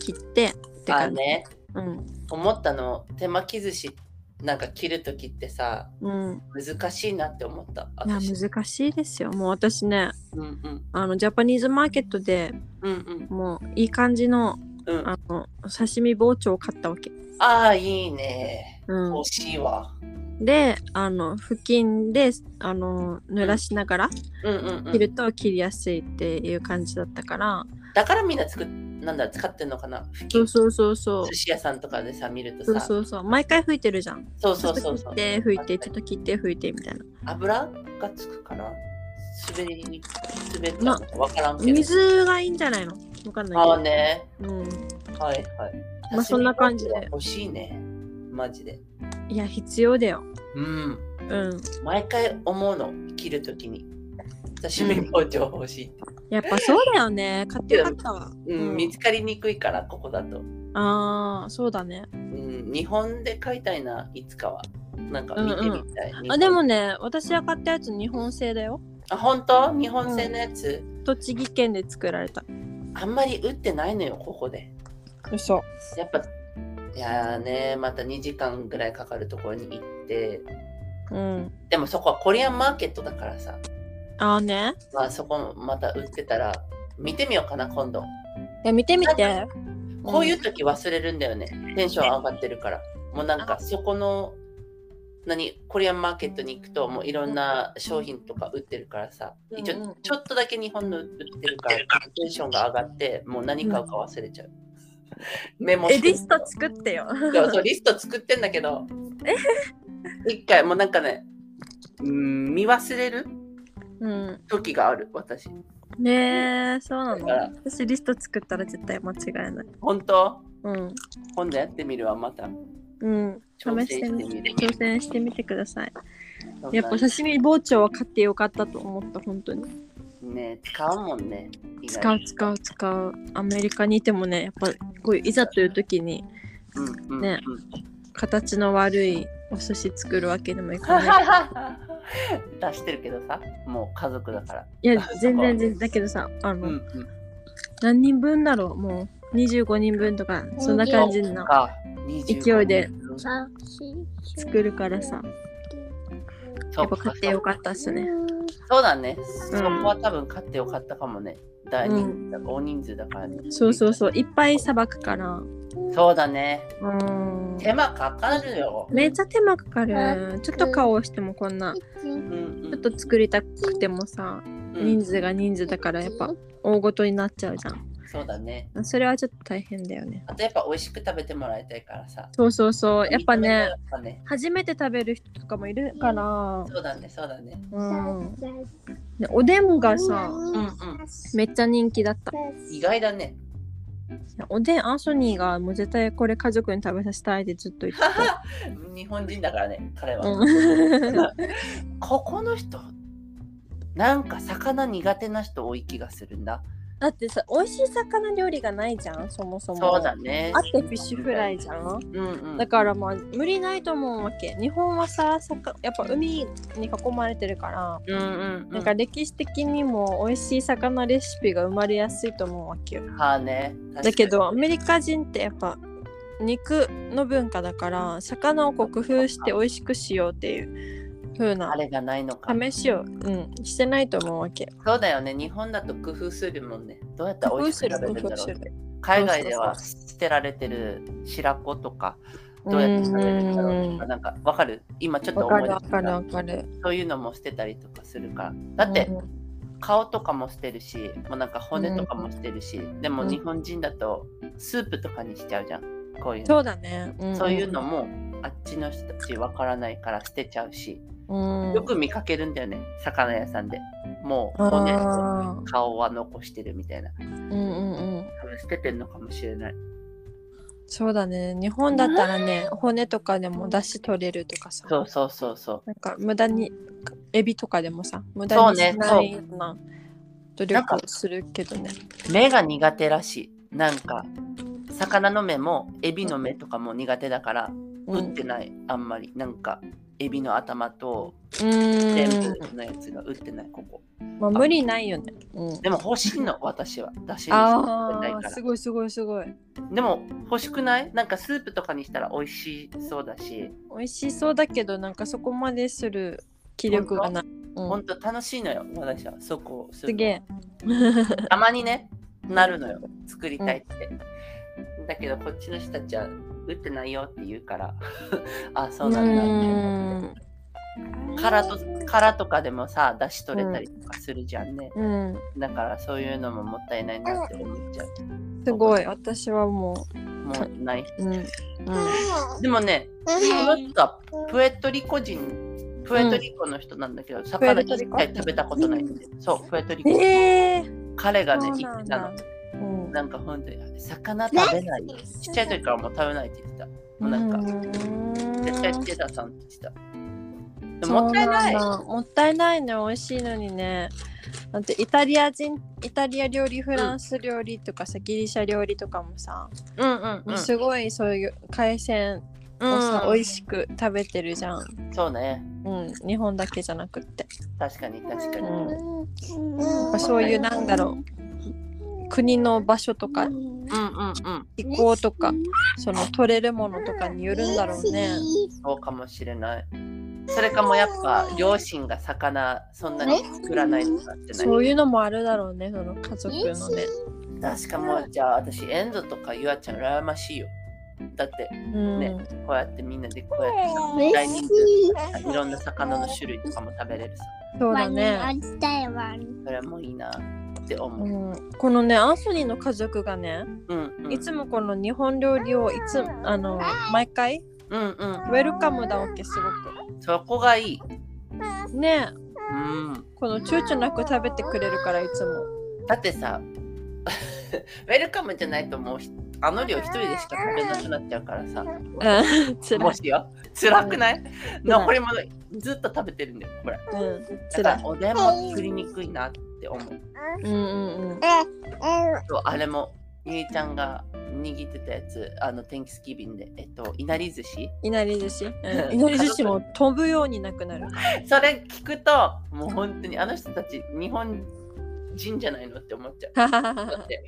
切ってって
あ、
感じ、
ね。
うん
思ったの手巻き寿司なんか切る時ってさ
うん、
難しいなって思った
いや
私
難しいですよもう私ね
うんうん
あのジャパニーズマーケットで
うん
もういい感じの
うんうん
あの刺身包丁を買ったわけ、
ああいいね
うん、
惜しいわ
であの布巾であの濡らしながら
うんうん、う
切
ん、
ると切りやすいっていう感じだったから、
だからみんな作っなんだ使ってんのかな布
そ
巾
うそうそうそう
寿司屋さんとかでさ見ると
そう
さ
そうそう毎回拭いてるじゃん
そうそう
ち
そ
ょ
う
っ
そ
と切
う
って拭いてちょっと切って拭いてみたいな
油がつくから滑りに滑る
ま
かわからんけど、
水がいいんじゃないのわかん
ああ
ない
ね
けど、
はいはい
まあそんな感じで
欲しいねマジで
うん、いや必要だよ
うん
うん。
毎回思うの切るときに刺身包丁欲しいって、
やっぱそうだよね。買ってよかったわ。
うん見つかりにくいからここだと、
ああ、そうだね。
うん、日本で買いたいないつかはなんか見てみたい、日本
あ、でもね、私が買ったやつ日本製だよ。
あ本当日本製のやつ、
栃木県で作られた。
あんまり打ってないのよここで
嘘。
やっぱいやーねまた2時間ぐらいかかるところに行って
うん。
でもそこはコリアンマーケットだからさ
ああね。
まあそこもまた売ってたら見てみようかな今度
いや、見てみて。
こういう時忘れるんだよね、テンション上がってるからもうなんかそこの何コリアンマーケットに行くともういろんな商品とか売ってるからさ
うん
一
うん
応ちょっとだけ日本の売ってるからテンションが上がってもう何買うか忘れち
[LAUGHS]
ゃう、メモ
え、
して
リスト作ってよ。 [LAUGHS]
そうそうリスト作ってんだけど一回もうなんかねうん見忘れる
うん。
時がある私
ねえ、そうな
だから
の。私リスト作ったら絶対間違えない。
本当
うん。
今度やってみるわまた
うん。
挑
試し
戦してて
み
みる
挑戦してみてください。
そんな
やっぱ刺身包丁は買ってよかったと思った、本当に。
ね使うもんね意
使
外
う
に
使う使う。アメリカにいてもね、やっぱこういういざという時に
うんうんうん
ね形の悪いお寿司作るわけにもいかない。
[LAUGHS] [LAUGHS] 出してるけどさもう家族だから
いや、全然全然。だけどさ、あの、
うん
何人分だろうもう25人分とか、そんな感じ
うん
の
か25
勢いで
うんそ
作るからさ、や
う
っぱ
か
買ってよかったっすね。
そうだね、そこは多分買ってよかったかもね大人数だから、大人数だからね
そうそうそう、いっぱいさばくから。う
そうだね
ーん。
手間かかるよ、
めっちゃ手間かかる。ちょっと顔をしてもこんな、
うんうん、
ちょっと作りたくてもさ、人数が人数だからやっぱ大ごとになっちゃうじゃ
うんそうだね
ん。それはちょっと大変だよね。
あとやっぱ美味しく食べてもらいたいからさ
そうそうそう、やっぱね
や、っぱね
初めて食べる人とかもいるから、
そうだねそうだね
うん。ねおでんがさ、
うんうん
めっちゃ人気だった。
意外だね
おでん、アンソニーがもう絶対これ家族に食べさせたいってずっと言って
日本人だからね彼は、
た。
ここの人なんか魚苦手な人多い気がするんだ
だってさ、美味しい魚料理がないじゃん、そもそも。
そうだね
あってフィッシュフライじゃん。
うんうん
だからまあ無理ないと思うわけ。日本はさ、魚やっぱ海に囲まれてるから、
うんうん
な
うんん
か歴史的にも美味しい魚レシピが生まれやすいと思うわけよ。
はあね確かに
だけどアメリカ人ってやっぱ肉の文化だから魚をこう工夫して美味しくしようっていう風な
あれがないのか
試しを、うん、してないと思うわけ。
そうだよね日本だと工夫するもんねどうやったら
工
美
夫
味し
す
く
る
食べ
工
るん
夫
だろ
す
う
る。
海外では捨てられてる白子とかど
う
うやって食べるんだろうと
ん
かなんかわかる今ちょっと
わか
思
る
い出
わ
し
か
た
るわかる。
そういうのも捨てたりとかするからだって、
うん
顔とかも捨てるしもうなんか骨とかも捨てるし、で
う
も
ん
日本人だとスープとかにしちゃうじゃんこういう
そ
の
うだね。ん
そういうのもあっちの人たちわからないから捨てちゃうし
うん
よく見かけるんだよね魚屋さんでもう骨と
あー
顔は残してるみたいな
うんうんうん。
多分捨ててんのかもしれない
そうだね。日本だったらね、骨とかでも出汁取れるとかさ。
そうそうそうそう
なんか無駄にエビとかでもさ無駄にしないような努力をするけどね
目が苦手らしいなんか魚の目もエビの目とかも苦手だから
う
打っ
ん
てないあんまりなんかエビの頭と
う
全
ん、
部のやつが売ってないここ
まあ、無理ないよね、うん、
でも欲しいの私はだしに
あ
ないか
ー
ら
すごいすごいすごい
でも欲しくないなんかスープとかにしたら美味しそうだし、
美味しそうだけどなんかそこまでする気力がない、う
ほ
ん、
んと楽しいのよ私はそこす
すげえ
たまにねなるのよ作りたいって、だけどこっちの人たちは売ってないよって言うから [LAUGHS] あそうなんだって思って殻と殻とかでもさ出汁取れたりとかするじゃんね、
うん、うん、
だからそういうのももったいないなって思っちゃう
すごい私はも
もうない人
う、うんうん、
[LAUGHS] でもねこの人はプエルトリコ人、プエルトリコの人なんだけど、魚
プエルトリ
一
コ
回食べたことないんで、そう、プエルトリコ。
えー、
彼がね、
そう
言
な
っ
ん
て
だ
たの。
うん
なんか本当に、魚食べない。ちっちゃい時からもう食べないって言ってた。もうなんか、
うーん
絶対捨てたさんって言ってた。でももったいない。
そうなんだもったいないね美味しいのにねだってイタリア人イタリア料理フランス料理とかさ、ギリシャ料理とかもさ、
うんうんうん。
すごいそういう海鮮をさ、
うん
美味しく食べてるじゃん、
そうね。
うん、日本だけじゃなくって、
確かに確か
う
に。
ん、やっ
う
ぱ
ん、
そ
そうう
い
いうう
な
なんん
だ
だ
ろ
ろ
う国の場所と
うか
か
うんうんうん。
気候とか
うん
その取れるものとかによ
い
る
る
ん
ん
だろ
だろ
うね
うね。
そうかもしれない。それかもやっぱ両親が魚そんなに作らないとかってない。
そういうのもあるだろうねその家族のね
確かもうじゃあ私エンドとかゆあちゃん羨ましいよ。だって
うん、
ねこうやってみんなでこうやって大人数いろんな魚の種類とかも食べれるさ。
そうだ
だ
ね
ね。うん
それもいいなって
う
思う。
ん、このねアンソニーの家族がね、
うんうん。
いつもこの日本料理をいつあの毎回
うんうん。
ウェルカムだわけすご
そこがいい。
くね
うん。
この躊躇なく食べてくれるからいつも
だってさ、 [LAUGHS] ウェルカムじゃないともうひあの量一人でしか食べなくなっちゃうからさ。
うんつら
も
い、
しよ。辛くない
辛い
残り物ずっと食べてるんだよ。これ。
うん、つら
だか
い
らおでんも作りにくいなって思う。
うんうんうん
そうあれも、ゆいちゃんが握ってたやつ、あの、天気キビンで、えっと、いなり寿司。
いなり寿司、うん、いなり寿司も飛ぶようになくなる
それ聞くと、もう本当にあの人たち、日本人じゃ [LAUGHS] ないのって思っちゃう。だって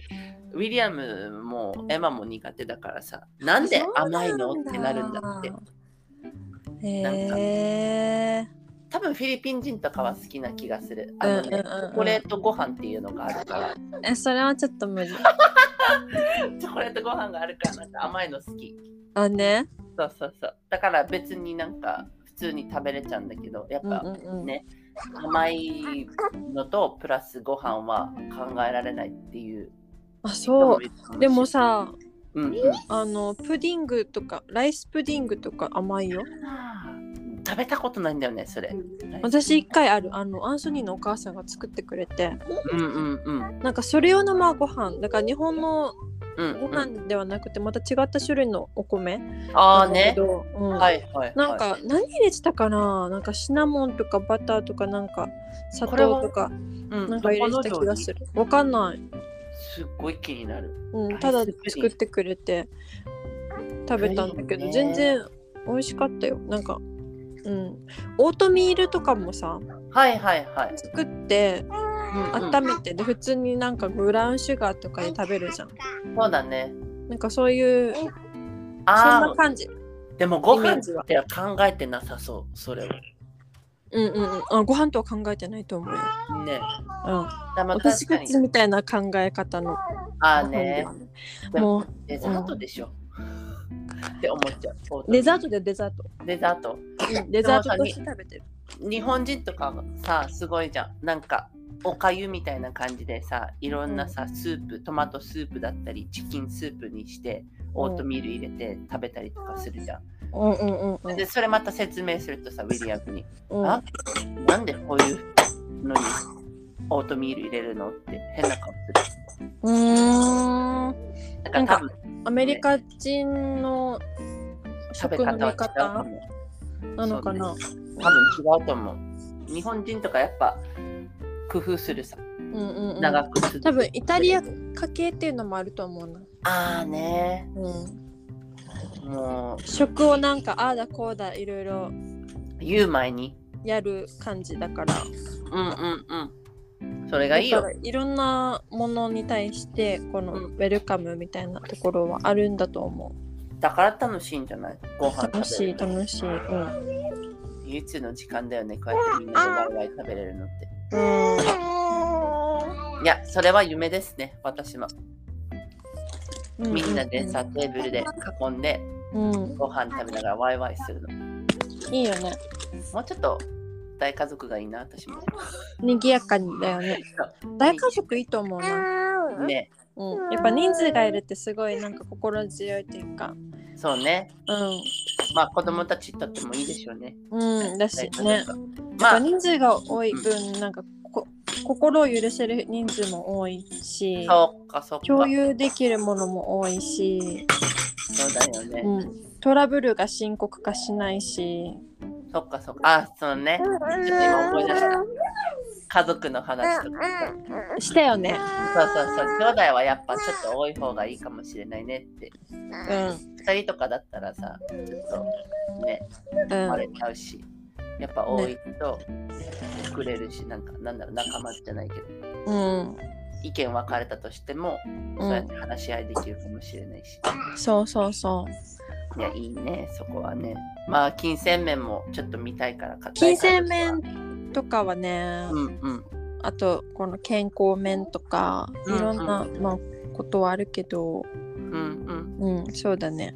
ウィリアムもエマも苦手だからさ、なんで甘いのってなるんだって。
へえ
多分フィリピン人とかは好きな気がする。あの
う
ね、
んうんうんうん
チョコレートご飯っていうのがあるから、
えそれはちょっと無理
チョコレートご飯があるからなんか甘いの好き。
あね
そうそうそう。だから別になんか普通に食べれちゃうんだけど、やっ
うんう
ぱ
んうん
ね甘いのとプラスご飯は考えられないっていう
あ
人
そ
もいるかもしれな
う
い
でも、さ
うんうん、
あのプディングとかライスプディングとか甘いよ
食べたことないんだよね、それ。
私一回あるあのアンソニーのお母さんが作ってくれて
うんうんうん。
なんかそれ用のまあご飯だから日本の
うん
ご
うん、
飯ではなくてまた違った種類のお米
ああ
なんだけ
ね。
ど、うん
はいはい、はい。
なんか何入れてたかななんかシナモンとかバターとかなんか砂糖とか
うん、
なんか入れてた気がす
る。
るわかんない、
すっごい気になる。
うん、
ライス
ただ
プディング
作ってくれて食べたんだけど
いいね
全然美味しかったよなんかうんオートミールとかもさ
はいはいはい。
作って
うん
温めてで普通になんかブラウンシュガーとかで食べるじゃん
そうだね。
なんかそういうそん
あ
な感じ
あ、でもご
イメ
飯
ージは
って考えてなさそう、それは。
うんうんうんあご飯とは考えてないと思うよ、
ね。
うん、
だまあ
私
確か
た
に
ち。みたいな考え方のご
ああ
飯で
ね
は。ない
で
もう
デザートでしょ。って思っちゃう。
デザートでデザート
デザート。 [LAUGHS]
うんデザートとして食べてる
日本人とかさ、すごいじゃん。なんか、おかゆみたいな感じでさ、いろんなさ、スープ、トマトスープだったり、チキンスープにして、オートミール入れて食べたりとかするじゃん。
うんうんうんうん
で、それまた説明するとさ、ウィリアムに。
うん
あなんでこういうのにオートミール入れるのって変な顔す
うーん
る。だから多分
アメリカ人の
食べ
食の
方は違
見
うか
方
も。
なのかなう
多分違うと思う。日本人とかやっぱ工夫するさ。
んうんうん
長く続ける
多分イタリア家系っていうのもあると思うな、
ああね。
うん、
も
食をなんかああだこうだいろいろ
う言う前に。
やる感じだから
うんうんうん。それがいいよ
だ。からいろんなものに対してこの
うん
ウェルカムみたいなところはあるんだと思う
だから楽しいんじゃないご飯
楽
食べ
し
る
い楽しいうん、
唯一の時間だよね。こうやってみんなでワイワイ食べれるのって。
うん、
いや、それは夢ですね。私も。
う
みんなでさ、テーブルで囲んで
うん
ご飯食べながらワイワイするの。
いいよね
もうちょっと大家族がいいな、私も。
賑やかにだよね大家族いいと思うな、
ね。
うん、やっぱ人数がいるってすごいなんか心強いというか
そうね。
うん
まあ子供たちにとってもいいでしょうね。
うんだしね
大家
やっ
族ま
ぱ
あ、
人数が多い分なんかこ心を許せる人数も多いし
そうか、そうか。
共有できるものも多いし、
そうだよね。
うん、トラブルが深刻化しないし、
そっかそっか。あ、そのね。ちょっと今思い出した。家族の話とかさ。
したよね。
そうそうそう。兄弟はやっぱちょっと多い方がいいかもしれないねって。
うん。
二人とかだったらさ、ちょっとね、
うん
あ。れちゃうし。やっぱ多いと、くれるし、なんか、なんだろう、仲間じゃないけど、
うん。
意見分かれたとしても、そうやって話し合いできるかもしれないし。
そうそうそう。
いや、いいね、そこはね。まあ、金銭面もちょっと見たいから買ったい
金
から
銭面とかはね、
うんうん。
あとこの健康面とかい
うん
ろんな、まあ、ことはあるけど、
うん
うん、そうだね。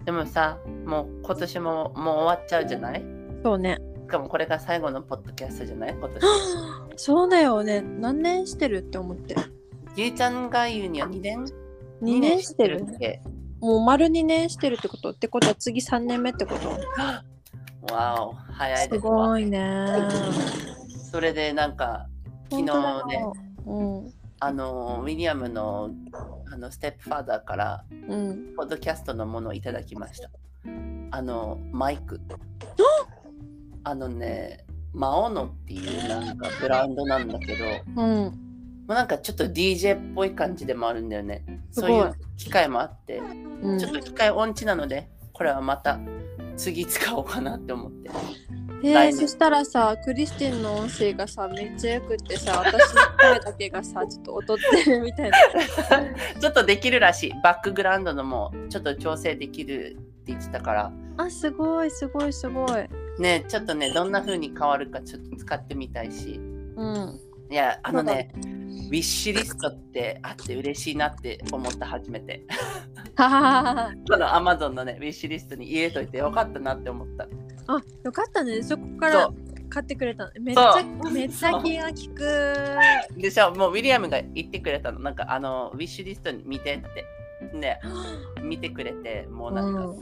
うん。でもさ、もう今年ももう終わっちゃうじゃない
そうね。
しかもこれが最後のポッドキャストじゃな
[LAUGHS]
い今年。
そうだよね。何年してるって思って。
ゆいちゃんが言うには2年
2年して
二
る
年って。
もう丸2年してるってことってことは次3年目ってこと
わお、早いですすわ。
ごいね。
それでなんか、昨日ね
本当だよ。うん。
あの、ウィリアムのあのステップファーザーから、
うん、
ポッドキャストのものをいただきました。あの、マイク。あのね、マオノっていうなんかブランドなんだけど、も
うん、
うなんかちょっと DJ っぽい感じでもあるんだよね。
す
そ
ごい
ういう機械もあって、
うん
ちょっと機械音痴なので、これはまた次使おうかなって思って。
え
来
ー、
年
そしたらさクリスティンの音声がさめっちゃよくってさ私の声だけがさ [LAUGHS] ちょっと劣ってるみたいな
ちょっとできるらしい。バックグラウンドのもちょっと調整できるって言ってたから、
あすごいすごいすごい
ね、ちょっとね、どんな風に変わるかちょっと使ってみたいし。
うん
いや、あのね、ウィッシュリストってあって嬉しいなって思った初めて。 [LAUGHS]
はははは
この Amazon のね、ウィッシュリストに入れといてよかったなって思った。
あよかったねそこか
そ
ら
う
買ってくれたのめっちゃ
そう
めっちゃ気が利く
でしょ、もうウィリアムが言ってくれたの、なんかあの、ウィッシュリストに見てって。ね、見てくれて、もうなんか、
う
よ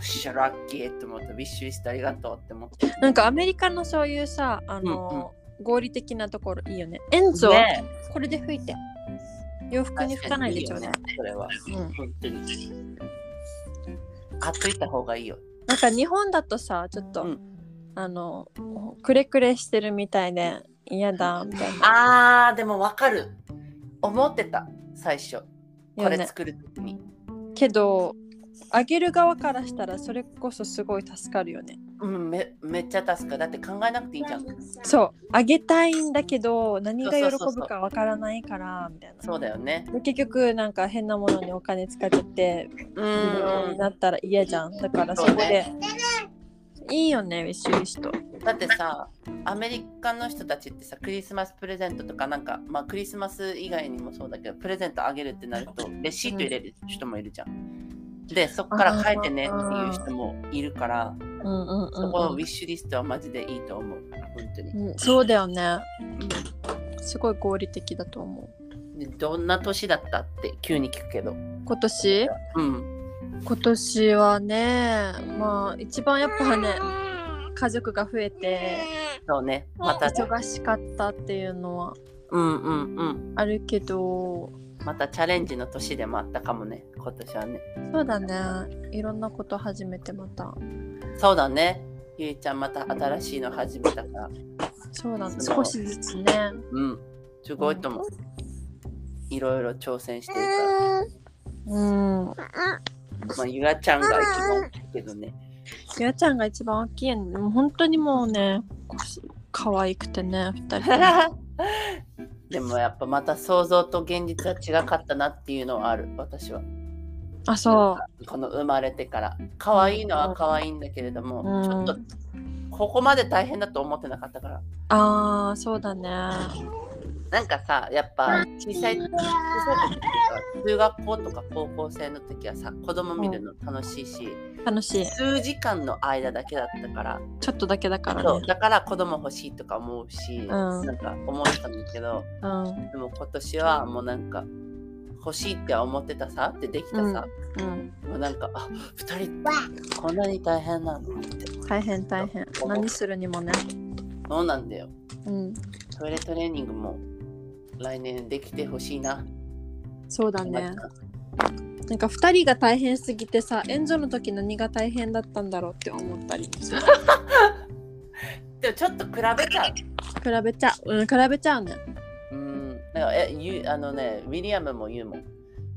っしゃ、ラッキーって思った。ウィッシュリストありがとうって思って。
なんかアメリカのそういうさあの、合理的なところいいよねエンゾ、
ね
これで拭いて洋服に拭かないでちょうだい
確かにいいよねそれは、
うん
本当に。買っといた方がいいよ。
なんか日本だとさちょっと、
うん
あのくれくれしてるみたいで嫌だみたいな
あー、でもわかる。思ってた、最初。こ
よ
れ
ね
作るときに。
けどあげる側からしたらそれこそすごい助かるよね
うん、めめっちゃ助かる。だって考えなくていいじゃん。
そうあげたいんだけど何が喜
そうそうそ
ぶ
うそ
かわからないからみたいな
そうだよね。
で結局なんか変なものにお金使っちゃって
う
無料に
ん。
なったら嫌じゃんだからそ
そう
こで
ね
いいよねウィッシュリスト
だってさ、アメリカの人たちってさ、クリスマスプレゼントとか、なんか、まあ、クリスマス以外にもそうだけど、プレゼントあげるってなると、レシート入れる人もいるじゃん。で、そこから書いてねっていう人もいるから、
うんうんう
そこのウ
ん
ィッシュリストはマジでいいと思う。本当に。
うん、うん、そうだよねすごい合理的だと思う
でどんな年だったって急に聞くけど。
今年
うん。
今年はねまあ一番やっぱね家族が増えて
そうね。また、
忙しかったっていうのは
うんうんうん。
あるけど
またチャレンジの年でもあったかもね、今年はね。
そうだねいろんなこと始めてまた
そうだね。ゆいちゃんまた新しいの始めたから。
そうだね
そ
少
う
しずつね
うん。すごいと思う。いろいろ挑戦してるか
うん
ら。まあ、ゆあちゃんが一番大きいけどね。
ゆあちゃんが一番大きいよねもう本当にもうね可愛くてね二人
[LAUGHS] でもやっぱまた想像と現実は違かったなっていうのはある、私は。
あそ
この生まれてから。可愛いのは可愛いんだけれども、
うん
ちょっとここまで大変だと思ってなかったから。
うああそうだね
なんかさ、やっぱ小さい小さい時っていうか中学校とか高校生の時はさ、子供見るの楽しいし、
楽しい
数時間の間だけだったから、
ちょっとだけだから
そう
ね
だから子供欲しいとか思うし、
ん
なんか思ってたんだけど、
うん
でも今年はもうなんか欲しいって思ってたさってできたさ、
うん
もうなんかあ二人ってこんなに大変なのって
大変大変何するにもね
そうなんだよ。
うん
トイレトレーニングも来年できてほしいな。
そうだねなんか2人が
[LAUGHS]
大変すぎてさ援助の時何が大変だったんだろうって思ったりもする
でもちょっと比べちゃう。
比べちゃう、うん、比べちゃうね
うん。なんかえゆあのね、ウィリアムも言うもん。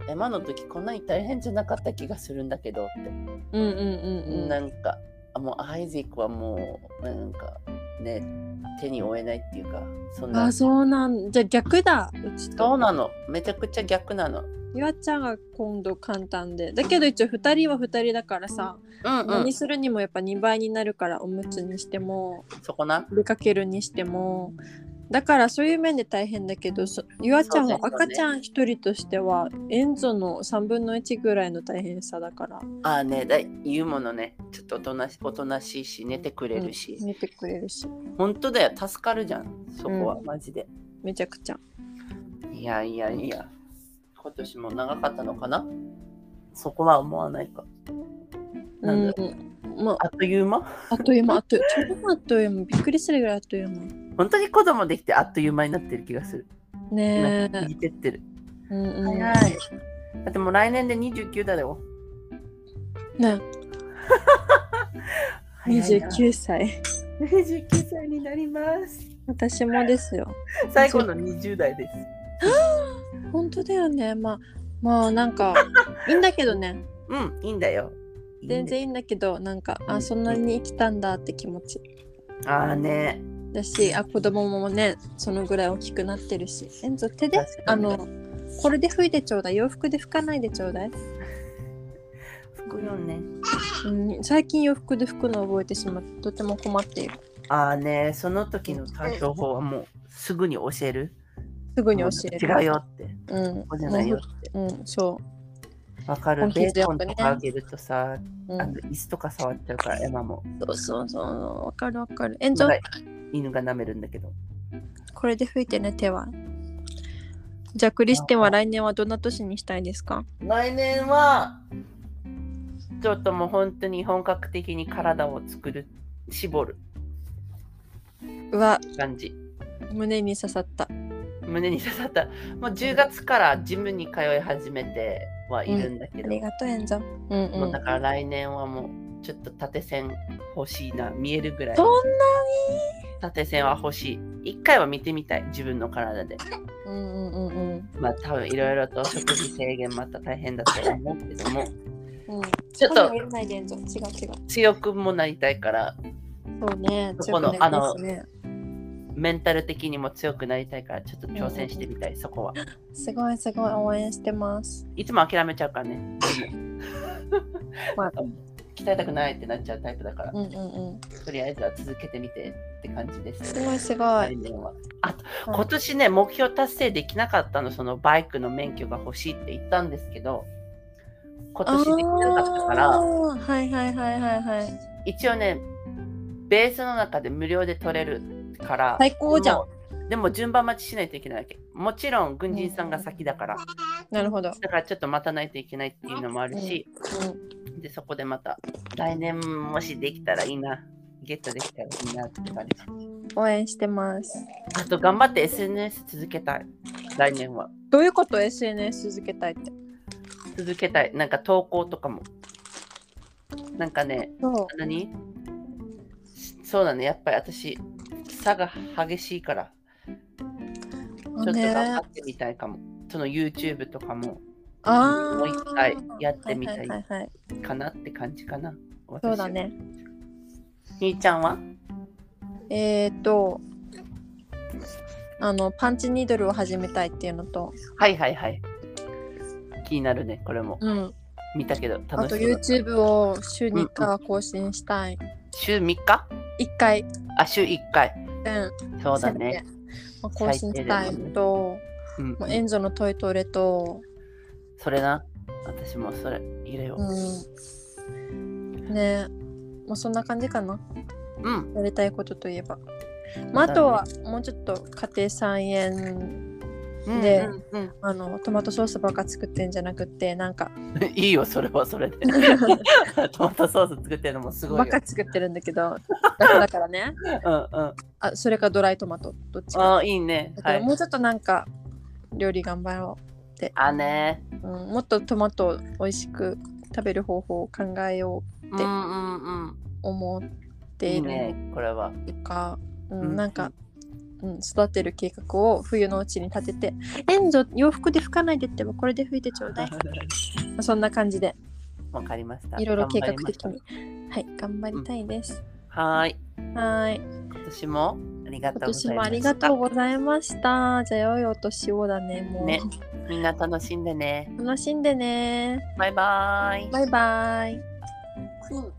エマの時こんなに大変じゃなかった気がするんだけどって。
うんうんうんう
なんんか、あもうアイゼックはもう、なんかね、手に負えないっていうか、そんな。
あそうなんじゃあ逆だうち
そ
と
うなの。めちゃくちゃ逆なの。うん
ゆあちゃんが今度簡単でだけど一応2人は2人だからさ、
うん
何。するにもやっぱ2倍になるからおむつにしても
そこな。
出かけるにしてもだからそういう面で大変だけどそゆあちゃんは
そうですよね
赤ちゃん一人としてはエンゾの3分の1ぐらいの大変さだから
ああね、だ言うものね。ちょっとおとなしおとなしいし、寝てくれるし。
見てくれるし
本当だよ、助かるじゃん。そこは、マジで。
めちゃくちゃ
いやいやいや。今年も長かったのかなそこは思わないか。なんだ
うんうんまあ
あっという間
あっという間あっという間あっという間びっくりするぐらいあっという間
本当に子供できてあっという間になってる気がする。
ね
過ぎてってる。
え、うんうん、
早い。だってもう来年で29だよ。
ねえ
早いな
29歳
29歳になります。
私もですよ
最後の20代です。
本当だよねまあまあなんかいいんだけどね
うん、いいんだよ。
全然いいんだけどなんか
う
あ
ん
そんなに生きたんだって気持ち
ああーね。
だしあ子供もねそのぐらい大きくなってるしえんぞ手で
確か
あ
に
のこれで拭いてちょうだい洋服で拭かないでちょうだい、
拭くよね。
うん、最近洋服で拭くのを覚えてしまってとても困っている
ああね、その時の対処法はもうすぐに教える。
すぐに教える
違うよって。こ
うん
こじゃないよって。
うんそ
わかる
本。気
ベ
で
ーコン
や
と
っぱ
か
ね
あげるとさ、
う、う
あ
ん
の、椅子とか触っちゃうから、エマも。
そうそうそうわかるわかるえんぞ
なんか犬が舐めるんだけど。
これで拭いてね手はじゃあクリステンは来年はどんな年にしたいですか
来年はちょっともう本当に本格的に体を作る絞る
うわ
感じ
胸に刺さった
胸に刺さったもう10月からジムに通い始めてはいるんだけ
あ
ど、
りがとうエンゾうんう
もうんだから来年はもうちょっと縦線欲しいな見えるぐらい
そん
縦線は欲しい一回は見てみたい自分の体で
なにうんうんうんうん
まあ多分いろいろと食事制限また大変だと思うけ
[LAUGHS]
ども
うん
ちょっと
入れないでんぞ違う違う
強くもなりたいから
そうね
そこの
強くなりますね
メンタル的にも強くなりたいからちょっと挑戦してみたいそこは
すごいすごい応援してます
いつも諦めちゃうからね。
まあ
鍛えたくないってなっちゃうタイプだから、
うんうんうん
とりあえずは続けてみてって感じです。
すごいすごい
来年はあと今年ね、目標達成できなかったの、そのバイクの免許が欲しいって言ったんですけど、今年できなかったか
あ
ら、
ーはいはいはいはいはい
一応ね、ベースの中で無料で取れるから、
最高じゃん
でもでも順番待ちしないといけないわけ。もちろん軍人さんが先だから、
なるほど
だからちょっと待たないといけないっていうのもあるし、で、そこでまた来年もしできたらいいな、ゲットできたらいいなって感じ。
うん応援してます
あと頑張って SNS 続けたい、来年は。
どういうこと SNS 続けたいって
続けたい、なんか投稿とかも。なんかね、
そう
何そうだね、やっぱり私、差が激しいから、ちょっと頑張ってみたいかも。その YouTube とかも
あー
もう一回やってみたい
ははははい
かなって感じかな。私
そうだ。ね。
兄ちゃんは
えっ、ー、と、あの、パンチニードルを始めたいっていうのと、
はいはいはい。気になるね、これも。
うん、
見たけど
あ
楽
と
しそうだ。
YouTube を週に1回は更新したい。
週3日
1回、
あ、週1回。
うん、
そうだね。
まあ更新したいのと、
うん
もうエンゾのトイトレと、
それな。私もそれ入れよう。
うん、ねもうそんな感じかな。
うん。
やりたいことといえば。まあ、あとは、もうちょっと家庭菜園、
うん
で
うんうん
あの、トマトソースばっか作ってんじゃなくて、なんか、
いいよ、それはそ
[LAUGHS]
れで。トマトソース作ってるのもすご
ばっ
いよ
か。作ってるんだけどだからね
うんうん。
あそれかドライトマトどっちか
ああ、いいね。
だか
は
ら
い
も。うちょっとなんか料理頑張ろ
あね。
う、うん、もっとトマトを美味しく食べる方法を考えよう
うんうんうん。
思て
い
い
い
る
ね、これは。
というか、うん
うん
なんか、うん、育てる計画を冬のうちに立てて「エンゾ洋服で拭かないで」ってばこれで拭いてちょうだいそんな感じで
わかりました。
いろいろ計画
頑張りまし
的
た
にはい頑張りたいです、
はーい。
はーい
今年もありがとう
今
ござ
年
い
も
ま
あり
し
が
た
とうございましたじゃあ良いお年をだねもう
ねみんな楽しんでね。
楽しんでね
バイバーイ。
バイバイ
クン